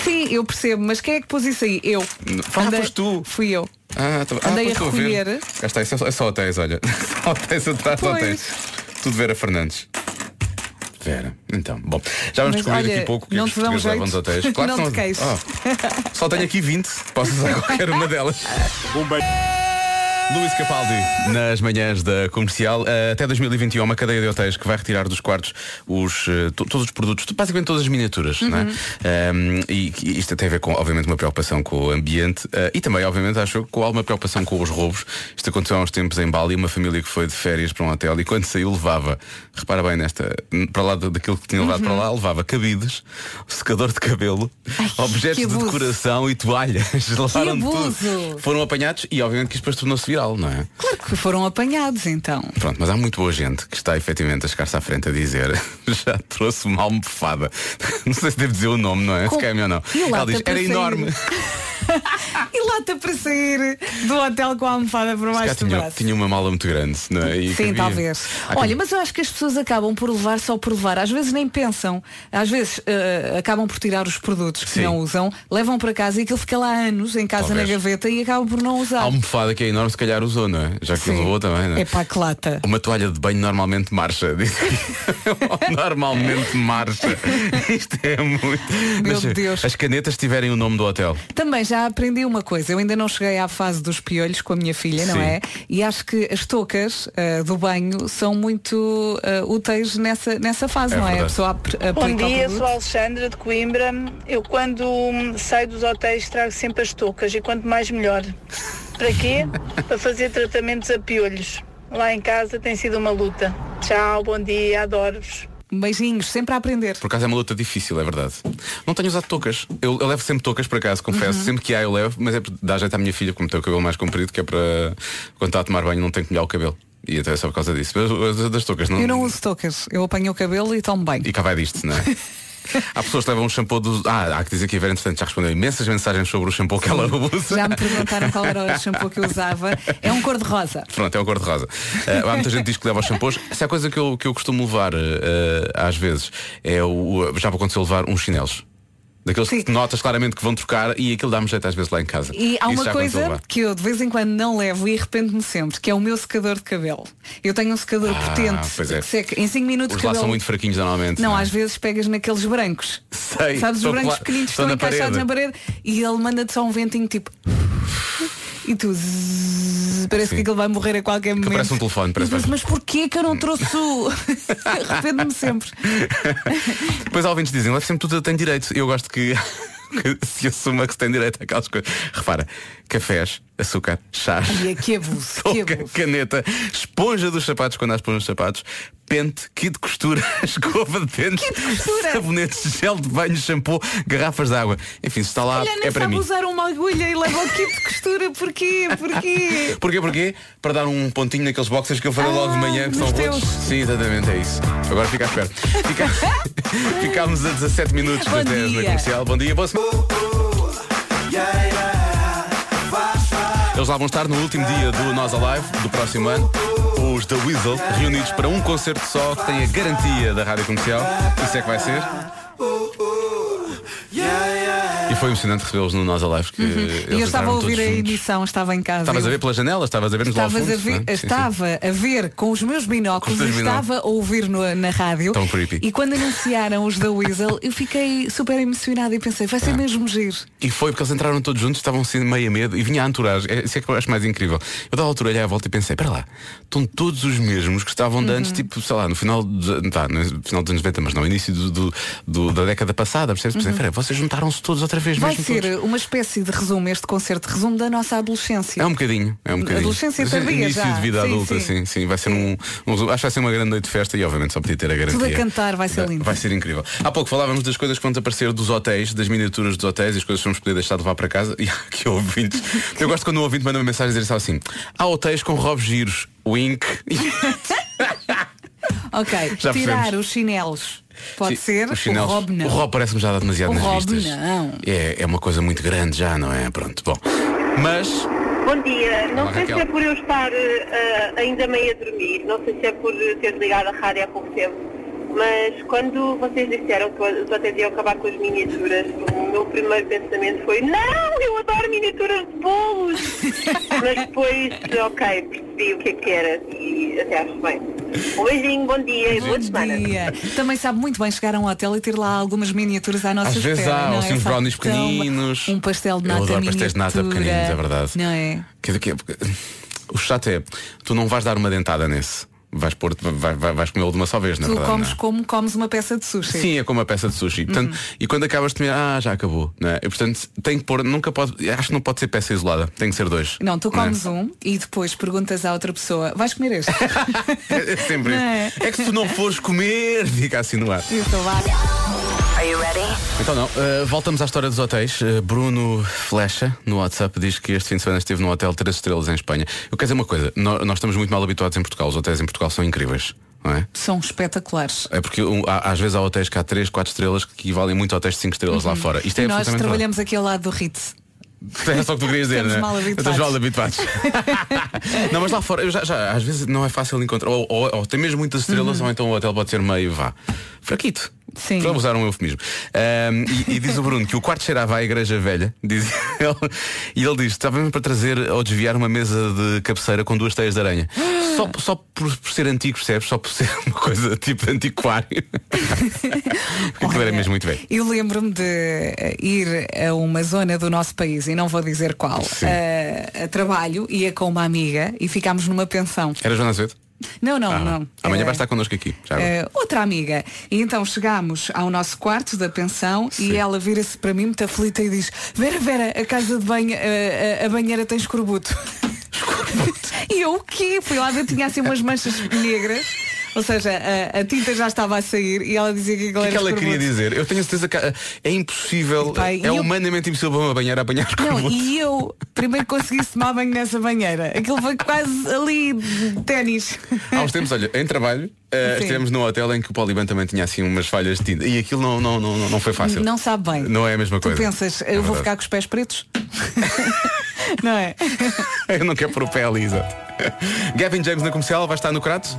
[SPEAKER 1] Sim, eu percebo, mas quem é que pôs isso aí? Eu.
[SPEAKER 2] Não. Ah,
[SPEAKER 1] Andei-
[SPEAKER 2] foste tu.
[SPEAKER 1] Fui eu.
[SPEAKER 2] Ah, tá- ah,
[SPEAKER 1] Andei
[SPEAKER 2] pois
[SPEAKER 1] a
[SPEAKER 2] estou ver.
[SPEAKER 1] recolher.
[SPEAKER 2] Cá está, isso é só, é só hotéis, olha. *laughs* Só hotéis atrás de
[SPEAKER 1] Pois.
[SPEAKER 2] hotéis. Tudo Vera Fernandes. Vera, então, bom, já vamos
[SPEAKER 1] Mas,
[SPEAKER 2] descobrir
[SPEAKER 1] olha,
[SPEAKER 2] daqui a pouco o que é
[SPEAKER 1] não
[SPEAKER 2] que os
[SPEAKER 1] te dão
[SPEAKER 2] portugueses levam dos hotéis.
[SPEAKER 1] jeito. *laughs*
[SPEAKER 2] que Ah,
[SPEAKER 1] Não te queixes. *laughs*
[SPEAKER 2] Oh, só tenho aqui 20, posso usar qualquer uma delas. Um beijo. Luís Capaldi, nas manhãs da comercial, eh, até 2021, há uma cadeia de hotéis que vai retirar dos quartos os, eh, to- todos os produtos, basicamente todas as miniaturas,
[SPEAKER 14] Uhum.
[SPEAKER 2] não é? Ehm, e que isto tem a ver com, obviamente, uma preocupação com o ambiente eh, e também, obviamente, acho que com alguma preocupação com os roubos. Isto aconteceu há uns tempos em Bali, uma família que foi de férias para um hotel e quando saiu levava, repara bem nesta, para lá da- daquilo que tinha levado
[SPEAKER 14] Uhum.
[SPEAKER 2] para lá, levava cabides, secador de cabelo,
[SPEAKER 14] que
[SPEAKER 2] objetos de
[SPEAKER 14] abuso.
[SPEAKER 2] decoração e toalhas. *laughs* Levaram
[SPEAKER 1] abuso.
[SPEAKER 2] tudo. Foram apanhados e, obviamente, que isto depois tornou-se viral, não é?
[SPEAKER 1] Claro que foram apanhados então.
[SPEAKER 2] Pronto, mas há muito boa gente que está efetivamente a chegar-se à frente a dizer *laughs* já trouxe uma almofada. *laughs* Não sei se devo dizer o nome, não é?
[SPEAKER 1] Com-
[SPEAKER 2] Se quer ou não.
[SPEAKER 1] E
[SPEAKER 2] Ela
[SPEAKER 1] lata
[SPEAKER 2] diz,
[SPEAKER 1] para
[SPEAKER 2] era
[SPEAKER 1] sair.
[SPEAKER 2] enorme. *laughs* Se Ah.
[SPEAKER 1] e lata para sair do hotel com a almofada por
[SPEAKER 2] calhar
[SPEAKER 1] baixo do
[SPEAKER 2] tinha,
[SPEAKER 1] braço.
[SPEAKER 2] tinha uma mala muito grande, não é? E
[SPEAKER 1] Sim,
[SPEAKER 2] cabia.
[SPEAKER 1] talvez.
[SPEAKER 2] Há quem-
[SPEAKER 1] Olha, mas eu acho que as pessoas acabam por levar só por levar. Às vezes nem pensam. Às vezes eh, acabam por tirar os produtos que
[SPEAKER 2] Sim.
[SPEAKER 1] não usam, levam para casa e aquilo fica lá anos em casa
[SPEAKER 2] Talvez.
[SPEAKER 1] na gaveta e acabam por não
[SPEAKER 2] A
[SPEAKER 1] usar.
[SPEAKER 2] almofada que é enorme, se calhar usou, não é? Já que levou também, não é?
[SPEAKER 1] É pá, que lata.
[SPEAKER 2] Uma toalha de banho normalmente marcha. *laughs* diz aqui. *laughs* normalmente marcha. Isto é muito.
[SPEAKER 1] Meu
[SPEAKER 2] Mas,
[SPEAKER 1] Deus.
[SPEAKER 2] As canetas tiverem o nome do hotel.
[SPEAKER 1] Também já aprendi uma coisa. Eu ainda não cheguei à fase dos piolhos com a minha filha, não
[SPEAKER 2] Sim.
[SPEAKER 1] é? E acho que as toucas eh, do banho são muito eh, úteis nessa, nessa fase,
[SPEAKER 15] É
[SPEAKER 1] não é? A
[SPEAKER 15] verdade.
[SPEAKER 1] pessoa ap- aplica
[SPEAKER 15] Bom
[SPEAKER 1] o
[SPEAKER 15] dia,
[SPEAKER 1] produto.
[SPEAKER 15] sou a Alexandra de Coimbra. Eu quando hum, saio dos hotéis trago sempre as toucas e quanto mais melhor. Para quê? Para fazer tratamentos a piolhos. Lá em casa tem sido uma luta. Tchau, bom dia, adoro-vos.
[SPEAKER 1] Beijinhos, sempre a aprender.
[SPEAKER 2] Por acaso é uma luta difícil, é verdade. Não tenho usado toucas. Eu, eu levo sempre toucas para casa, confesso.
[SPEAKER 1] Uhum.
[SPEAKER 2] Sempre que há eu levo, mas é porque dá jeito à minha filha, como tem o cabelo mais comprido, que é para quando está a tomar banho não tem que molhar o cabelo. E até é só por causa disso. Mas as- das toucas não.
[SPEAKER 1] Eu não uso toucas. Eu apanho o cabelo e tomo bem.
[SPEAKER 2] E cá vai disto,
[SPEAKER 1] *laughs*
[SPEAKER 2] não é? Há pessoas que levam um shampoo do. Ah, há que dizer que a Vera, entretanto, já respondeu imensas mensagens sobre o shampoo que ela usa.
[SPEAKER 1] Já me perguntaram qual era o shampoo que eu usava. É um cor-de-rosa.
[SPEAKER 2] Pronto, é o cor-de-rosa. Eh, há muita gente que diz que leva os shampoos. Se há coisa que eu, que eu costumo levar, eh, eh, às vezes, é o. o- Já me aconteceu levar uns chinelos. Daqueles que notas claramente que vão trocar e aquilo dá-me jeito às vezes lá em casa.
[SPEAKER 1] E há
[SPEAKER 2] Isso
[SPEAKER 1] uma
[SPEAKER 2] já aconteceu
[SPEAKER 1] coisa
[SPEAKER 2] levar.
[SPEAKER 1] que eu de vez em quando não levo e arrependo-me sempre, que é o meu secador de cabelo. Eu tenho um secador
[SPEAKER 2] Ah,
[SPEAKER 1] potente
[SPEAKER 2] pois é.
[SPEAKER 1] que seca em 5 minutos
[SPEAKER 2] Os
[SPEAKER 1] o
[SPEAKER 2] lá
[SPEAKER 1] cabelo.
[SPEAKER 2] são muito fraquinhos normalmente.
[SPEAKER 1] Não, às vezes pegas naqueles brancos.
[SPEAKER 2] Sei,
[SPEAKER 1] Sabes, os
[SPEAKER 2] estão
[SPEAKER 1] brancos
[SPEAKER 2] lá-
[SPEAKER 1] pequeninos que
[SPEAKER 2] estão
[SPEAKER 1] estão
[SPEAKER 2] na parede.
[SPEAKER 1] encaixados na parede e ele manda-te só um ventinho tipo. E tu zzz, parece
[SPEAKER 2] Sim.
[SPEAKER 1] que aquilo vai morrer a qualquer momento.
[SPEAKER 2] parece um telefone, parece- Hum.
[SPEAKER 1] E eu penso, *laughs* mas porquê que eu não trouxe o. *laughs* Arrependo-me sempre.
[SPEAKER 2] Depois há ouvintes que dizem, leve sempre tudo, eu tenho direito. Eu gosto que, *laughs* que se assuma que se tem direito àquelas coisas. Repara, cafés, açúcar, chás.
[SPEAKER 1] E é que abuso, que
[SPEAKER 2] Touca, caneta, esponja dos sapatos quando há esponja dos sapatos, pente, kit de costura, *laughs* escova de dentes, sabonetes, gel de banho, shampoo, garrafas de água. Enfim, se está lá,
[SPEAKER 1] Olha, nem
[SPEAKER 2] é para
[SPEAKER 1] sabe
[SPEAKER 2] mim.
[SPEAKER 1] usar uma agulha e leva o kit de costura. Porquê? Porquê?
[SPEAKER 2] *laughs* Porquê? Porquê? Para dar um pontinho naqueles boxers que eu falei
[SPEAKER 1] Ah,
[SPEAKER 2] logo de manhã, que são
[SPEAKER 1] dos
[SPEAKER 2] rotos. Sim, exatamente, é isso. Agora fica à espera.
[SPEAKER 1] *laughs*
[SPEAKER 2] Fica... Ficámos a 17 minutos
[SPEAKER 14] Bom
[SPEAKER 2] das 10
[SPEAKER 14] dia.
[SPEAKER 2] na comercial. Bom dia, boa semana. Eles lá vão estar no último dia do Nós Alive, do próximo ano. Os da Weasel, reunidos para um concerto só, que tem a garantia da rádio comercial. Isso é que vai ser. E foi emocionante recebê-los no Nós Alive. Que eles
[SPEAKER 1] Uhum. E eu estava
[SPEAKER 2] entraram
[SPEAKER 1] a ouvir
[SPEAKER 2] todos
[SPEAKER 1] a
[SPEAKER 2] juntos. Tá,
[SPEAKER 1] emissão, estava em casa.
[SPEAKER 2] Estavas a
[SPEAKER 1] Eu-
[SPEAKER 2] ver pelas janelas, estavas a ver-nos lá ao
[SPEAKER 1] Estavas
[SPEAKER 2] fundo,
[SPEAKER 1] a ver,
[SPEAKER 2] não é? Sim, sim.
[SPEAKER 1] estava a ver com os meus binóculos
[SPEAKER 2] Com os
[SPEAKER 1] e
[SPEAKER 2] teus binóculos.
[SPEAKER 1] estava a ouvir no- na rádio.
[SPEAKER 2] Tão creepy.
[SPEAKER 1] E quando anunciaram os da Weasel, eu fiquei super emocionada e pensei,
[SPEAKER 2] É.
[SPEAKER 1] vai ser mesmo giro.
[SPEAKER 2] E foi porque eles entraram todos juntos, estavam assim meio a medo e vinha a entourage. É, isso é que eu acho mais incrível. Eu da altura olhei à volta e pensei, para lá, estão todos os mesmos que estavam de
[SPEAKER 1] Uhum.
[SPEAKER 2] antes, tipo, sei lá, no final, de, tá, no final dos anos 90, mas não, início do, do- do- da década passada, percebes? Pensei,
[SPEAKER 1] Uhum.
[SPEAKER 2] "Espera, vocês juntaram-se todos outra vez
[SPEAKER 1] Vai
[SPEAKER 2] mesmo.
[SPEAKER 1] ser
[SPEAKER 2] todos."
[SPEAKER 1] uma espécie de resumo, este concerto, resumo da nossa adolescência.
[SPEAKER 2] É um bocadinho, é um bocadinho.
[SPEAKER 1] Adolescência
[SPEAKER 2] Sim,
[SPEAKER 1] tardia
[SPEAKER 2] Início
[SPEAKER 1] já.
[SPEAKER 2] de vida
[SPEAKER 1] Sim,
[SPEAKER 2] adulta,
[SPEAKER 1] sim.
[SPEAKER 2] sim, sim. Vai ser um, um- Acho que vai ser uma grande noite de festa e obviamente só podia ter a garantia.
[SPEAKER 1] Tudo a cantar, vai ser lindo.
[SPEAKER 2] Vai ser incrível. Há pouco falávamos das coisas que vão desaparecer dos hotéis, das miniaturas dos hotéis e as coisas que vamos poder deixar de levar para casa. *laughs* E há aqui ouvintes. Eu gosto quando um ouvinte manda uma mensagem dizer só assim: há hotéis com robos giros, wink.
[SPEAKER 1] Ok,
[SPEAKER 2] *laughs* Já
[SPEAKER 1] tirar
[SPEAKER 2] percebemos.
[SPEAKER 1] os chinelos. *laughs* Pode
[SPEAKER 2] Sim,
[SPEAKER 1] ser,
[SPEAKER 2] os chinelos.
[SPEAKER 1] o Rob não.
[SPEAKER 2] O Rob parece-me já dar demasiado
[SPEAKER 1] O
[SPEAKER 2] nas
[SPEAKER 1] Rob
[SPEAKER 2] vistas.
[SPEAKER 1] não.
[SPEAKER 2] É, é uma coisa muito grande já, não é? Pronto, bom. Mas
[SPEAKER 16] Bom dia. Não
[SPEAKER 2] Olá,
[SPEAKER 16] sei
[SPEAKER 2] Raquel.
[SPEAKER 16] se é por eu estar eh, ah, ainda meio a dormir, não sei se é por ter ligado a rádio há pouco tempo, mas quando vocês disseram que os hotéis iam acabar com as miniaturas, o meu primeiro pensamento foi não, eu adoro miniaturas de bolos. mas depois, ok, percebi o que é que era e até acho bem. Um beijinho, bom dia e boa
[SPEAKER 1] Bom
[SPEAKER 16] semana.
[SPEAKER 1] dia. Também sabe muito bem chegar a um hotel e ter lá algumas miniaturas à nossa
[SPEAKER 2] às
[SPEAKER 1] espera.
[SPEAKER 2] vezes há
[SPEAKER 1] não é?
[SPEAKER 2] assim uns
[SPEAKER 1] Sabe
[SPEAKER 2] brownies
[SPEAKER 1] tão bem.
[SPEAKER 2] pequeninos.
[SPEAKER 1] Um pastel de
[SPEAKER 2] Eu
[SPEAKER 1] nata
[SPEAKER 2] adoro pastéis de é nata
[SPEAKER 1] miniatura,
[SPEAKER 2] pequeninos, é verdade.
[SPEAKER 1] Não é?
[SPEAKER 2] Quer dizer que O chato é, tu não vais dar uma dentada nesse. Vais, pôr, vais, vais, vais comê-lo de uma só vez, na
[SPEAKER 1] tu
[SPEAKER 2] verdade.
[SPEAKER 1] comes Uhum.
[SPEAKER 2] não é?
[SPEAKER 1] como comes uma peça de sushi.
[SPEAKER 2] Sim, é como uma peça de sushi. Portanto, E quando acabas de comer, ah, já acabou. Não é? E, portanto, tem que pôr, nunca pode, acho que não pode ser peça isolada, tem que ser dois.
[SPEAKER 1] Não, tu comes
[SPEAKER 2] é?
[SPEAKER 1] um e depois perguntas à outra pessoa, vais comer este?
[SPEAKER 2] *laughs* É sempre
[SPEAKER 1] Não é?
[SPEAKER 2] isso. É que se tu não fores comer, *laughs* fica assim no ar.
[SPEAKER 1] Isso, vá.
[SPEAKER 5] Are you ready?
[SPEAKER 2] Então não, eh, voltamos à história dos hotéis. Eh, Bruno Flecha, no WhatsApp, diz que este fim de semana esteve num hotel 3 estrelas em Espanha. Eu quero dizer uma coisa, nó- nós, estamos muito mal habituados em Portugal, os hotéis em Portugal são incríveis, não é?
[SPEAKER 1] São espetaculares.
[SPEAKER 2] É porque um, há- às vezes há hotéis que há 3, 4 estrelas que equivalem muito a hotéis de 5 estrelas lá fora. Isto é
[SPEAKER 1] Uhum. e nós
[SPEAKER 2] absolutamente verdade.
[SPEAKER 1] trabalhamos aqui ao lado do Ritz.
[SPEAKER 2] É só o que tu querias dizer,
[SPEAKER 1] Estamos
[SPEAKER 2] né?
[SPEAKER 1] mal habituados.
[SPEAKER 2] Estamos mal
[SPEAKER 1] *laughs*
[SPEAKER 2] habituados. não, mas lá fora, eu já, já- às vezes não é fácil encontrar. Ou, ou- ou tem mesmo muitas estrelas, ou então o hotel pode ser meio vá. Fraquito.
[SPEAKER 1] Uhum. Sim.
[SPEAKER 2] Para usar um eufemismo. Ahm, e, e diz o Bruno que o quarto cheirava à igreja velha, *laughs* diz ele, e ele diz, estava mesmo para trazer ou desviar uma mesa de cabeceira com duas teias de
[SPEAKER 1] *gasps*
[SPEAKER 2] aranha. Só, só por, por ser antigo, percebes? Só por ser *laughs* uma coisa tipo antiquário. *laughs* Porque aquilo era mesmo muito velho.
[SPEAKER 1] Eu lembro-me de eh, ir a uma zona do nosso país, e não vou dizer qual, eh, a trabalho, ia com uma amiga e ficámos numa pensão.
[SPEAKER 2] Era Joana Azevedo?
[SPEAKER 1] Não, não,
[SPEAKER 2] É. Ah,
[SPEAKER 1] não.
[SPEAKER 2] Amanhã
[SPEAKER 1] Eh,
[SPEAKER 2] vai estar connosco aqui. Já agora.
[SPEAKER 1] eh, outra amiga. E então chegámos ao nosso quarto da pensão e ela vira-se para mim muito aflita e diz Vera, Vera, a casa de banho, eh, a, a banheira tem escorbuto.
[SPEAKER 2] *laughs*
[SPEAKER 1] *laughs* e eu o quê? Fui lá ver, tinha assim umas manchas negras. Ou seja, a, a tinta já estava a sair e ela dizia que
[SPEAKER 2] O
[SPEAKER 1] aquilo
[SPEAKER 2] que é
[SPEAKER 1] era
[SPEAKER 2] que ela
[SPEAKER 1] escorbuto.
[SPEAKER 2] queria dizer? Eu tenho a certeza que ah, é impossível,
[SPEAKER 1] Pai,
[SPEAKER 2] é
[SPEAKER 1] eu-
[SPEAKER 2] humanamente impossível para uma banheira apanhar
[SPEAKER 1] Não,
[SPEAKER 2] escorbuto.
[SPEAKER 1] e eu primeiro consegui tomar banho nessa banheira. Aquilo foi quase ali de ténis.
[SPEAKER 2] Há uns tempos, olha, em trabalho, ah,
[SPEAKER 1] Sim.
[SPEAKER 2] estivemos num hotel em que o Poliban também tinha assim umas falhas de tinta. E aquilo não, não, não, não foi fácil.
[SPEAKER 1] Não sabe bem.
[SPEAKER 2] Não é a mesma
[SPEAKER 1] Tu
[SPEAKER 2] coisa.
[SPEAKER 1] pensas,
[SPEAKER 2] É
[SPEAKER 1] eu vou
[SPEAKER 2] verdade.
[SPEAKER 1] ficar com os pés pretos? *laughs*
[SPEAKER 2] *laughs*
[SPEAKER 1] não é?
[SPEAKER 2] Eu não quero pôr o pé ali, exato. Gavin James na comercial, vai estar no Crato?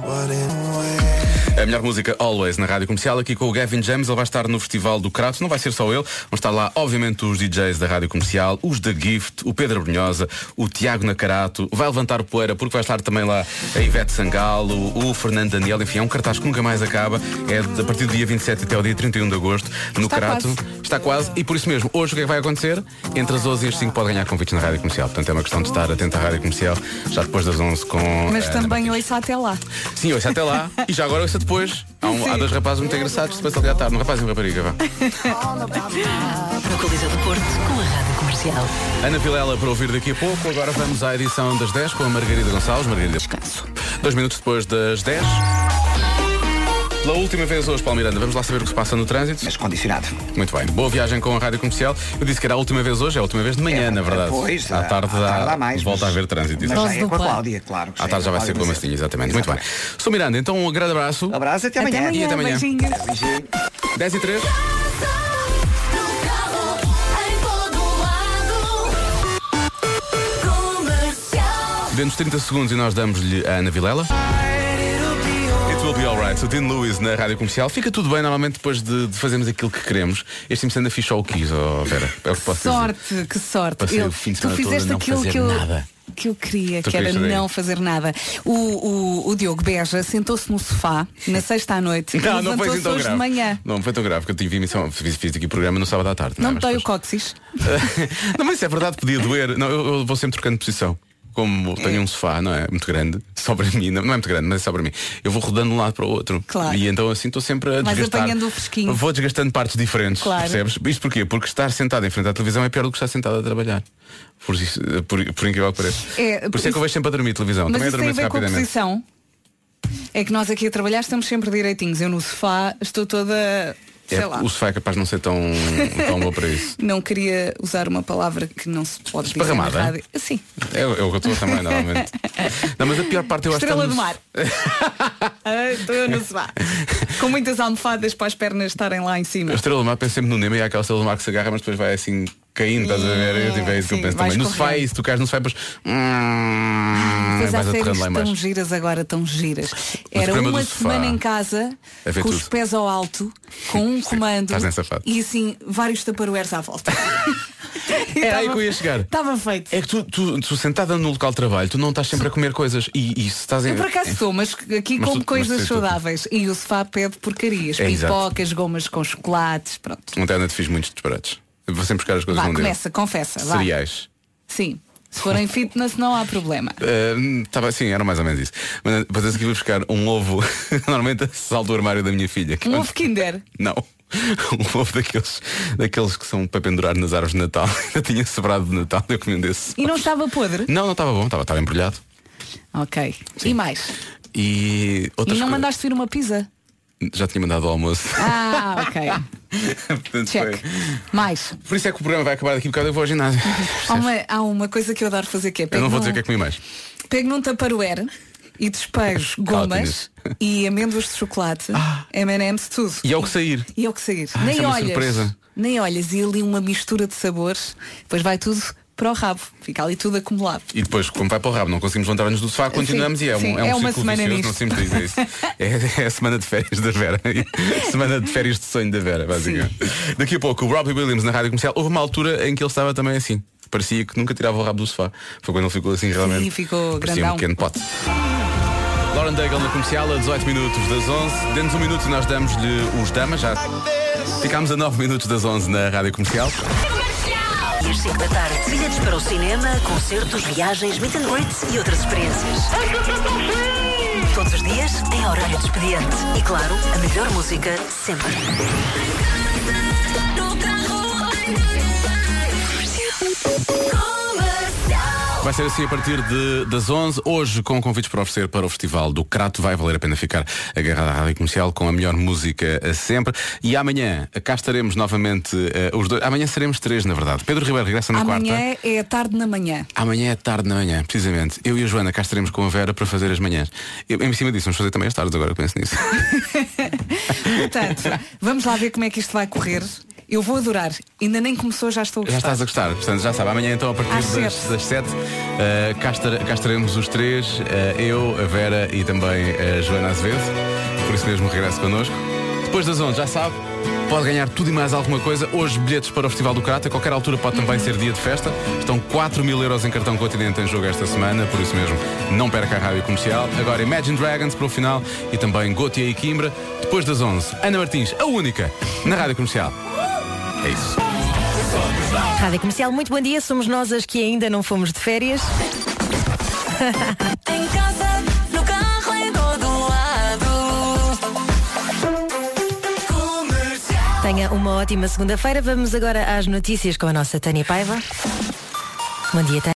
[SPEAKER 2] A melhor música Always na Rádio Comercial, aqui com o Gavin James, ele vai estar no Festival do Crato, não vai ser só ele, vão estar lá, obviamente, os DJs da Rádio Comercial, os da Gift, o Pedro Brunhosa, o Tiago Nacarato, vai levantar poeira porque vai estar também lá a Ivete Sangalo, o Fernando Daniel, enfim, é um cartaz que nunca mais acaba, é a partir do dia 27 até o dia 31 de agosto, no
[SPEAKER 1] Está
[SPEAKER 2] Crato.
[SPEAKER 1] quase.
[SPEAKER 2] Está quase, e por isso mesmo, hoje o que é que vai acontecer? Entre as 11 e as 5 pode ganhar convites na Rádio Comercial, portanto é uma questão de estar atento à Rádio Comercial, já depois das 11 com...
[SPEAKER 1] Mas
[SPEAKER 2] eh,
[SPEAKER 1] também ouço até lá.
[SPEAKER 2] Sim, ouça até lá e já agora ouça depois. Há, um- há dois rapazes muito engraçados que se passam ali à tarde. Um rapaz e uma rapariga, vá.
[SPEAKER 5] No Coliseu do Porto, com a Rádio Comercial.
[SPEAKER 2] Ana Vilela para ouvir daqui a pouco. Agora vamos à edição das 10 com a Margarida Gonçalves. Margarida, descanso. Dois minutos depois das 10. Pela última vez hoje, Paulo Miranda, vamos lá saber o que se passa no trânsito. Mas
[SPEAKER 3] condicionado.
[SPEAKER 2] Muito bem. Boa viagem com a Rádio Comercial. Eu disse que era a última vez hoje, é a última vez de manhã, na verdade.
[SPEAKER 3] pois, ah,
[SPEAKER 2] à
[SPEAKER 3] à-
[SPEAKER 2] tarde,
[SPEAKER 3] à tarde
[SPEAKER 2] dá-
[SPEAKER 3] há mais,
[SPEAKER 2] Volta
[SPEAKER 3] mas-
[SPEAKER 2] a haver trânsito.
[SPEAKER 3] Mas
[SPEAKER 2] exato.
[SPEAKER 3] já é com a Cláudia, claro. que
[SPEAKER 2] À
[SPEAKER 3] sim,
[SPEAKER 2] tarde já vai
[SPEAKER 3] Cláudia
[SPEAKER 2] ser com a
[SPEAKER 3] Macedo.
[SPEAKER 2] Mastinha, exatamente. Muito bem. Sou Miranda, então um grande abraço.
[SPEAKER 3] Abraço, até
[SPEAKER 2] Até
[SPEAKER 3] amanhã.
[SPEAKER 2] amanhã, E até amanhã. beijinhos.
[SPEAKER 3] Beijinho.
[SPEAKER 2] 10 e 3. Dentro de 30 segundos e nós damos-lhe a Ana Vilela. It will be alright. O Dean Lewis na rádio comercial. Fica tudo bem normalmente depois de, de fazermos aquilo que queremos. Este fim de semana fiz só o que quis, oh Vera. É o que posso dizer.
[SPEAKER 1] Sorte, que sorte.
[SPEAKER 2] Passei
[SPEAKER 1] Eu-
[SPEAKER 2] o fim de
[SPEAKER 1] tu
[SPEAKER 2] semana todo a
[SPEAKER 1] fizeste
[SPEAKER 2] não
[SPEAKER 1] aquilo
[SPEAKER 2] fazer
[SPEAKER 1] que eu,
[SPEAKER 2] nada.
[SPEAKER 1] que eu queria,
[SPEAKER 2] Tu
[SPEAKER 1] que era
[SPEAKER 2] querias fazer
[SPEAKER 1] não
[SPEAKER 2] isso.
[SPEAKER 1] fazer nada. O, o- o Diogo Beja sentou-se no sofá na sexta à noite e
[SPEAKER 2] Não, não foi
[SPEAKER 1] levantou-se
[SPEAKER 2] assim tão
[SPEAKER 1] hoje de
[SPEAKER 2] grave.
[SPEAKER 1] manhã.
[SPEAKER 2] Não foi tão grave, porque eu tive emissão, fiz, fiz aqui programa no sábado à tarde. é?
[SPEAKER 1] Não me
[SPEAKER 2] Mas
[SPEAKER 1] dói o
[SPEAKER 2] depois-
[SPEAKER 1] cóccix.
[SPEAKER 2] *laughs* não, mas isso é verdade, podia doer. Não, eu, eu vou sempre trocando de posição. Como tenho um sofá, não é? Muito grande, só para mim, não não é muito grande, mas é só para mim. Eu vou rodando de um lado para o outro.
[SPEAKER 1] Claro.
[SPEAKER 2] E então assim estou sempre a
[SPEAKER 1] Vais
[SPEAKER 2] desgastar.
[SPEAKER 1] apanhando o fresquinho.
[SPEAKER 2] Vou desgastando partes diferentes.
[SPEAKER 1] Claro.
[SPEAKER 2] Percebes? Isto porquê? Porque estar sentado em frente à televisão é pior do que estar sentado a trabalhar. Por, isso, por, por incrível que pareça.
[SPEAKER 1] É,
[SPEAKER 2] por isso é que eu vejo sempre a dormir televisão.
[SPEAKER 1] Mas
[SPEAKER 2] Também
[SPEAKER 1] isso tem a
[SPEAKER 2] adormeço
[SPEAKER 1] ver com a
[SPEAKER 2] rapidamente.
[SPEAKER 1] posição. É que nós aqui a trabalhar estamos sempre direitinhos. Eu no sofá estou toda. sei
[SPEAKER 2] É,
[SPEAKER 1] lá.
[SPEAKER 2] o sofá é capaz de não ser tão, tão bom para isso.
[SPEAKER 1] Não queria usar uma palavra que não se pode dizer. na
[SPEAKER 2] Esparramada?
[SPEAKER 1] rádio. Sim.
[SPEAKER 2] É, o- é o que eu estou
[SPEAKER 1] *laughs*
[SPEAKER 2] também, normalmente. Não, mas a pior parte eu acho que
[SPEAKER 1] Estrela
[SPEAKER 2] estamos-
[SPEAKER 1] do mar. Ah, Estou eu no sofá. Com muitas almofadas para as pernas estarem lá em cima.
[SPEAKER 2] A estrela do mar penso sempre no Nemo e há aquela estrela do mar que se agarra, mas depois vai assim caindo, estás a ver? Eu, tipo, é isso que eu
[SPEAKER 1] Sim,
[SPEAKER 2] penso
[SPEAKER 1] vais
[SPEAKER 2] também. No sofá
[SPEAKER 1] correndo.
[SPEAKER 2] é isso, tu cais no sofá e depois. hum,
[SPEAKER 1] Mas há
[SPEAKER 2] vais aterrando
[SPEAKER 1] séries
[SPEAKER 2] lá
[SPEAKER 1] tão
[SPEAKER 2] embaixo.
[SPEAKER 1] giras agora, tão giras.
[SPEAKER 2] o
[SPEAKER 1] Era
[SPEAKER 2] programa
[SPEAKER 1] uma
[SPEAKER 2] do sofá,
[SPEAKER 1] semana em casa,
[SPEAKER 2] a ver
[SPEAKER 1] com os
[SPEAKER 2] tudo.
[SPEAKER 1] pés ao alto, com
[SPEAKER 2] *laughs*
[SPEAKER 1] um comando
[SPEAKER 2] estás nessa fase.
[SPEAKER 1] e assim vários taparueres à volta.
[SPEAKER 4] Então,
[SPEAKER 2] Era Tá aí que eu ia chegar.
[SPEAKER 1] Estava feito.
[SPEAKER 2] É que tu, tu, tu sentada no local de trabalho, tu não estás sempre a comer coisas e, e se estás em.
[SPEAKER 1] Eu por acaso sou, mas aqui
[SPEAKER 2] Mas
[SPEAKER 1] como
[SPEAKER 2] tu- mas
[SPEAKER 1] coisas
[SPEAKER 2] tu- tu-
[SPEAKER 1] saudáveis. E o sofá pede porcarias,
[SPEAKER 2] É, exato.
[SPEAKER 1] pipocas, gomas com chocolates, pronto.
[SPEAKER 2] um Ontem ainda te fiz muitos disparates. Vou sempre buscar as coisas
[SPEAKER 1] Vá,
[SPEAKER 2] onde eu.
[SPEAKER 1] começa, confessa. Vá.
[SPEAKER 2] Cereais.
[SPEAKER 1] Sim.
[SPEAKER 2] *laughs*
[SPEAKER 1] Se forem fitness, não há problema.
[SPEAKER 2] tá bem, sim, era mais ou menos isso. Mas depois a seguir fui buscar um ovo, *laughs* normalmente salto do armário da minha filha. que
[SPEAKER 1] Um
[SPEAKER 2] é
[SPEAKER 1] ovo Kinder.
[SPEAKER 2] Não. *laughs* Um ovo daqueles, daqueles que são para pendurar nas árvores de Natal. *laughs* Ainda tinha sobrado de Natal, eu comi um desse.
[SPEAKER 1] E não estava podre?
[SPEAKER 2] Não, não estava bom, estava, estava embrulhado.
[SPEAKER 1] Ok. E mais?
[SPEAKER 2] E outras
[SPEAKER 1] e não
[SPEAKER 2] coisas.
[SPEAKER 1] mandaste vir uma pizza?
[SPEAKER 2] Já tinha mandado o almoço.
[SPEAKER 1] Ah, ok.
[SPEAKER 2] *laughs* Portanto,
[SPEAKER 1] Check.
[SPEAKER 2] foi-
[SPEAKER 1] Mais.
[SPEAKER 2] Por isso é que o programa vai acabar daqui a bocado, eu vou ao
[SPEAKER 1] *laughs*
[SPEAKER 2] ginásio.
[SPEAKER 1] Há uma, há uma coisa que eu adoro fazer que é
[SPEAKER 2] Eu
[SPEAKER 1] pego
[SPEAKER 2] não vou
[SPEAKER 1] num,
[SPEAKER 2] dizer o que é que comi mais.
[SPEAKER 1] pego num tupperware um e despejo
[SPEAKER 2] *laughs*
[SPEAKER 1] gomas
[SPEAKER 2] nisso.
[SPEAKER 1] e amêndoas de chocolate, M&M's, tudo.
[SPEAKER 2] E é o que sair.
[SPEAKER 1] E é o que sair.
[SPEAKER 2] Ah, isso
[SPEAKER 1] Nem
[SPEAKER 2] é uma
[SPEAKER 1] olhas.
[SPEAKER 2] surpresa.
[SPEAKER 1] Nem olhas. E ali uma mistura de sabores. Depois vai tudo para o rabo. Fica ali tudo acumulado.
[SPEAKER 2] E depois, como vai para o rabo, não conseguimos levantar-nos do sofá, continuamos
[SPEAKER 1] Sim,
[SPEAKER 2] e é um,
[SPEAKER 1] sim,
[SPEAKER 2] é um
[SPEAKER 1] é uma
[SPEAKER 2] ciclo
[SPEAKER 1] semana
[SPEAKER 2] vicioso,
[SPEAKER 1] nisto.
[SPEAKER 2] não sempre diz
[SPEAKER 1] *laughs*
[SPEAKER 2] isso. É, é a semana de férias da Vera. *laughs* semana de férias de sonho da Vera, basicamente. Daqui a pouco, o Robbie Williams na rádio comercial, houve uma altura em que ele estava também assim. Parecia que nunca tirava o rabo do sofá. Foi quando ele ficou assim realmente.
[SPEAKER 1] Sim, ficou
[SPEAKER 2] Parecia
[SPEAKER 1] grandão.
[SPEAKER 2] um pequeno pote. Lauren Daigle na comercial, a 18 minutos das 11. Dentro de um minuto nós damos-lhe os damas. Já ficámos a 9 minutos das 11 na rádio comercial.
[SPEAKER 14] Às 5 da tarde, bilhetes para o cinema, concertos, viagens, meet and greets e outras experiências. Todos os dias, em horário de expediente. E claro, a melhor música sempre.
[SPEAKER 2] Vai ser assim a partir de, das 11, hoje com convites para oferecer para o Festival do Crato. Vai valer a pena ficar agarrado à rádio comercial com a melhor música a sempre. E amanhã cá estaremos novamente eh, os dois. Amanhã seremos três, na verdade. Pedro Ribeiro regressa na quarta.
[SPEAKER 1] Amanhã é a tarde na manhã.
[SPEAKER 2] Amanhã é tarde na manhã, precisamente. Eu e a Joana cá estaremos com a Vera para fazer as manhãs. Eu, em cima disso, vamos fazer também as tardes agora, que penso nisso. *laughs*
[SPEAKER 1] Portanto, vamos lá ver como é que isto vai correr. Eu vou adorar. Ainda nem começou, já estou a
[SPEAKER 2] Já
[SPEAKER 1] gostar. Ah,
[SPEAKER 2] estás a gostar, portanto já sabe, amanhã então a partir
[SPEAKER 1] Às
[SPEAKER 2] das,
[SPEAKER 1] sete.
[SPEAKER 2] das 7 cá, estar- cá estaremos os três, eh, eu, a Vera e também a Joana Azevedo, por isso mesmo regresso connosco. Depois das 11, já sabe, pode ganhar tudo e mais alguma coisa. Hoje bilhetes para o Festival do Crato, a qualquer altura pode também ser dia de festa. Estão 4 mil euros em cartão continente em jogo esta semana, por isso mesmo não perca a rádio comercial. Agora Imagine Dragons para o final e também Gotia e Kimbra. Depois das 11, Ana Martins, a única, na rádio comercial. É isso.
[SPEAKER 17] Rádio Comercial, muito bom dia. Somos nós as que ainda não fomos de férias.
[SPEAKER 14] *laughs* Em casa, no carro, em todo lado.
[SPEAKER 17] Tenha uma ótima segunda-feira. Vamos agora às notícias com a nossa Tânia Paiva. Bom dia, Tânia.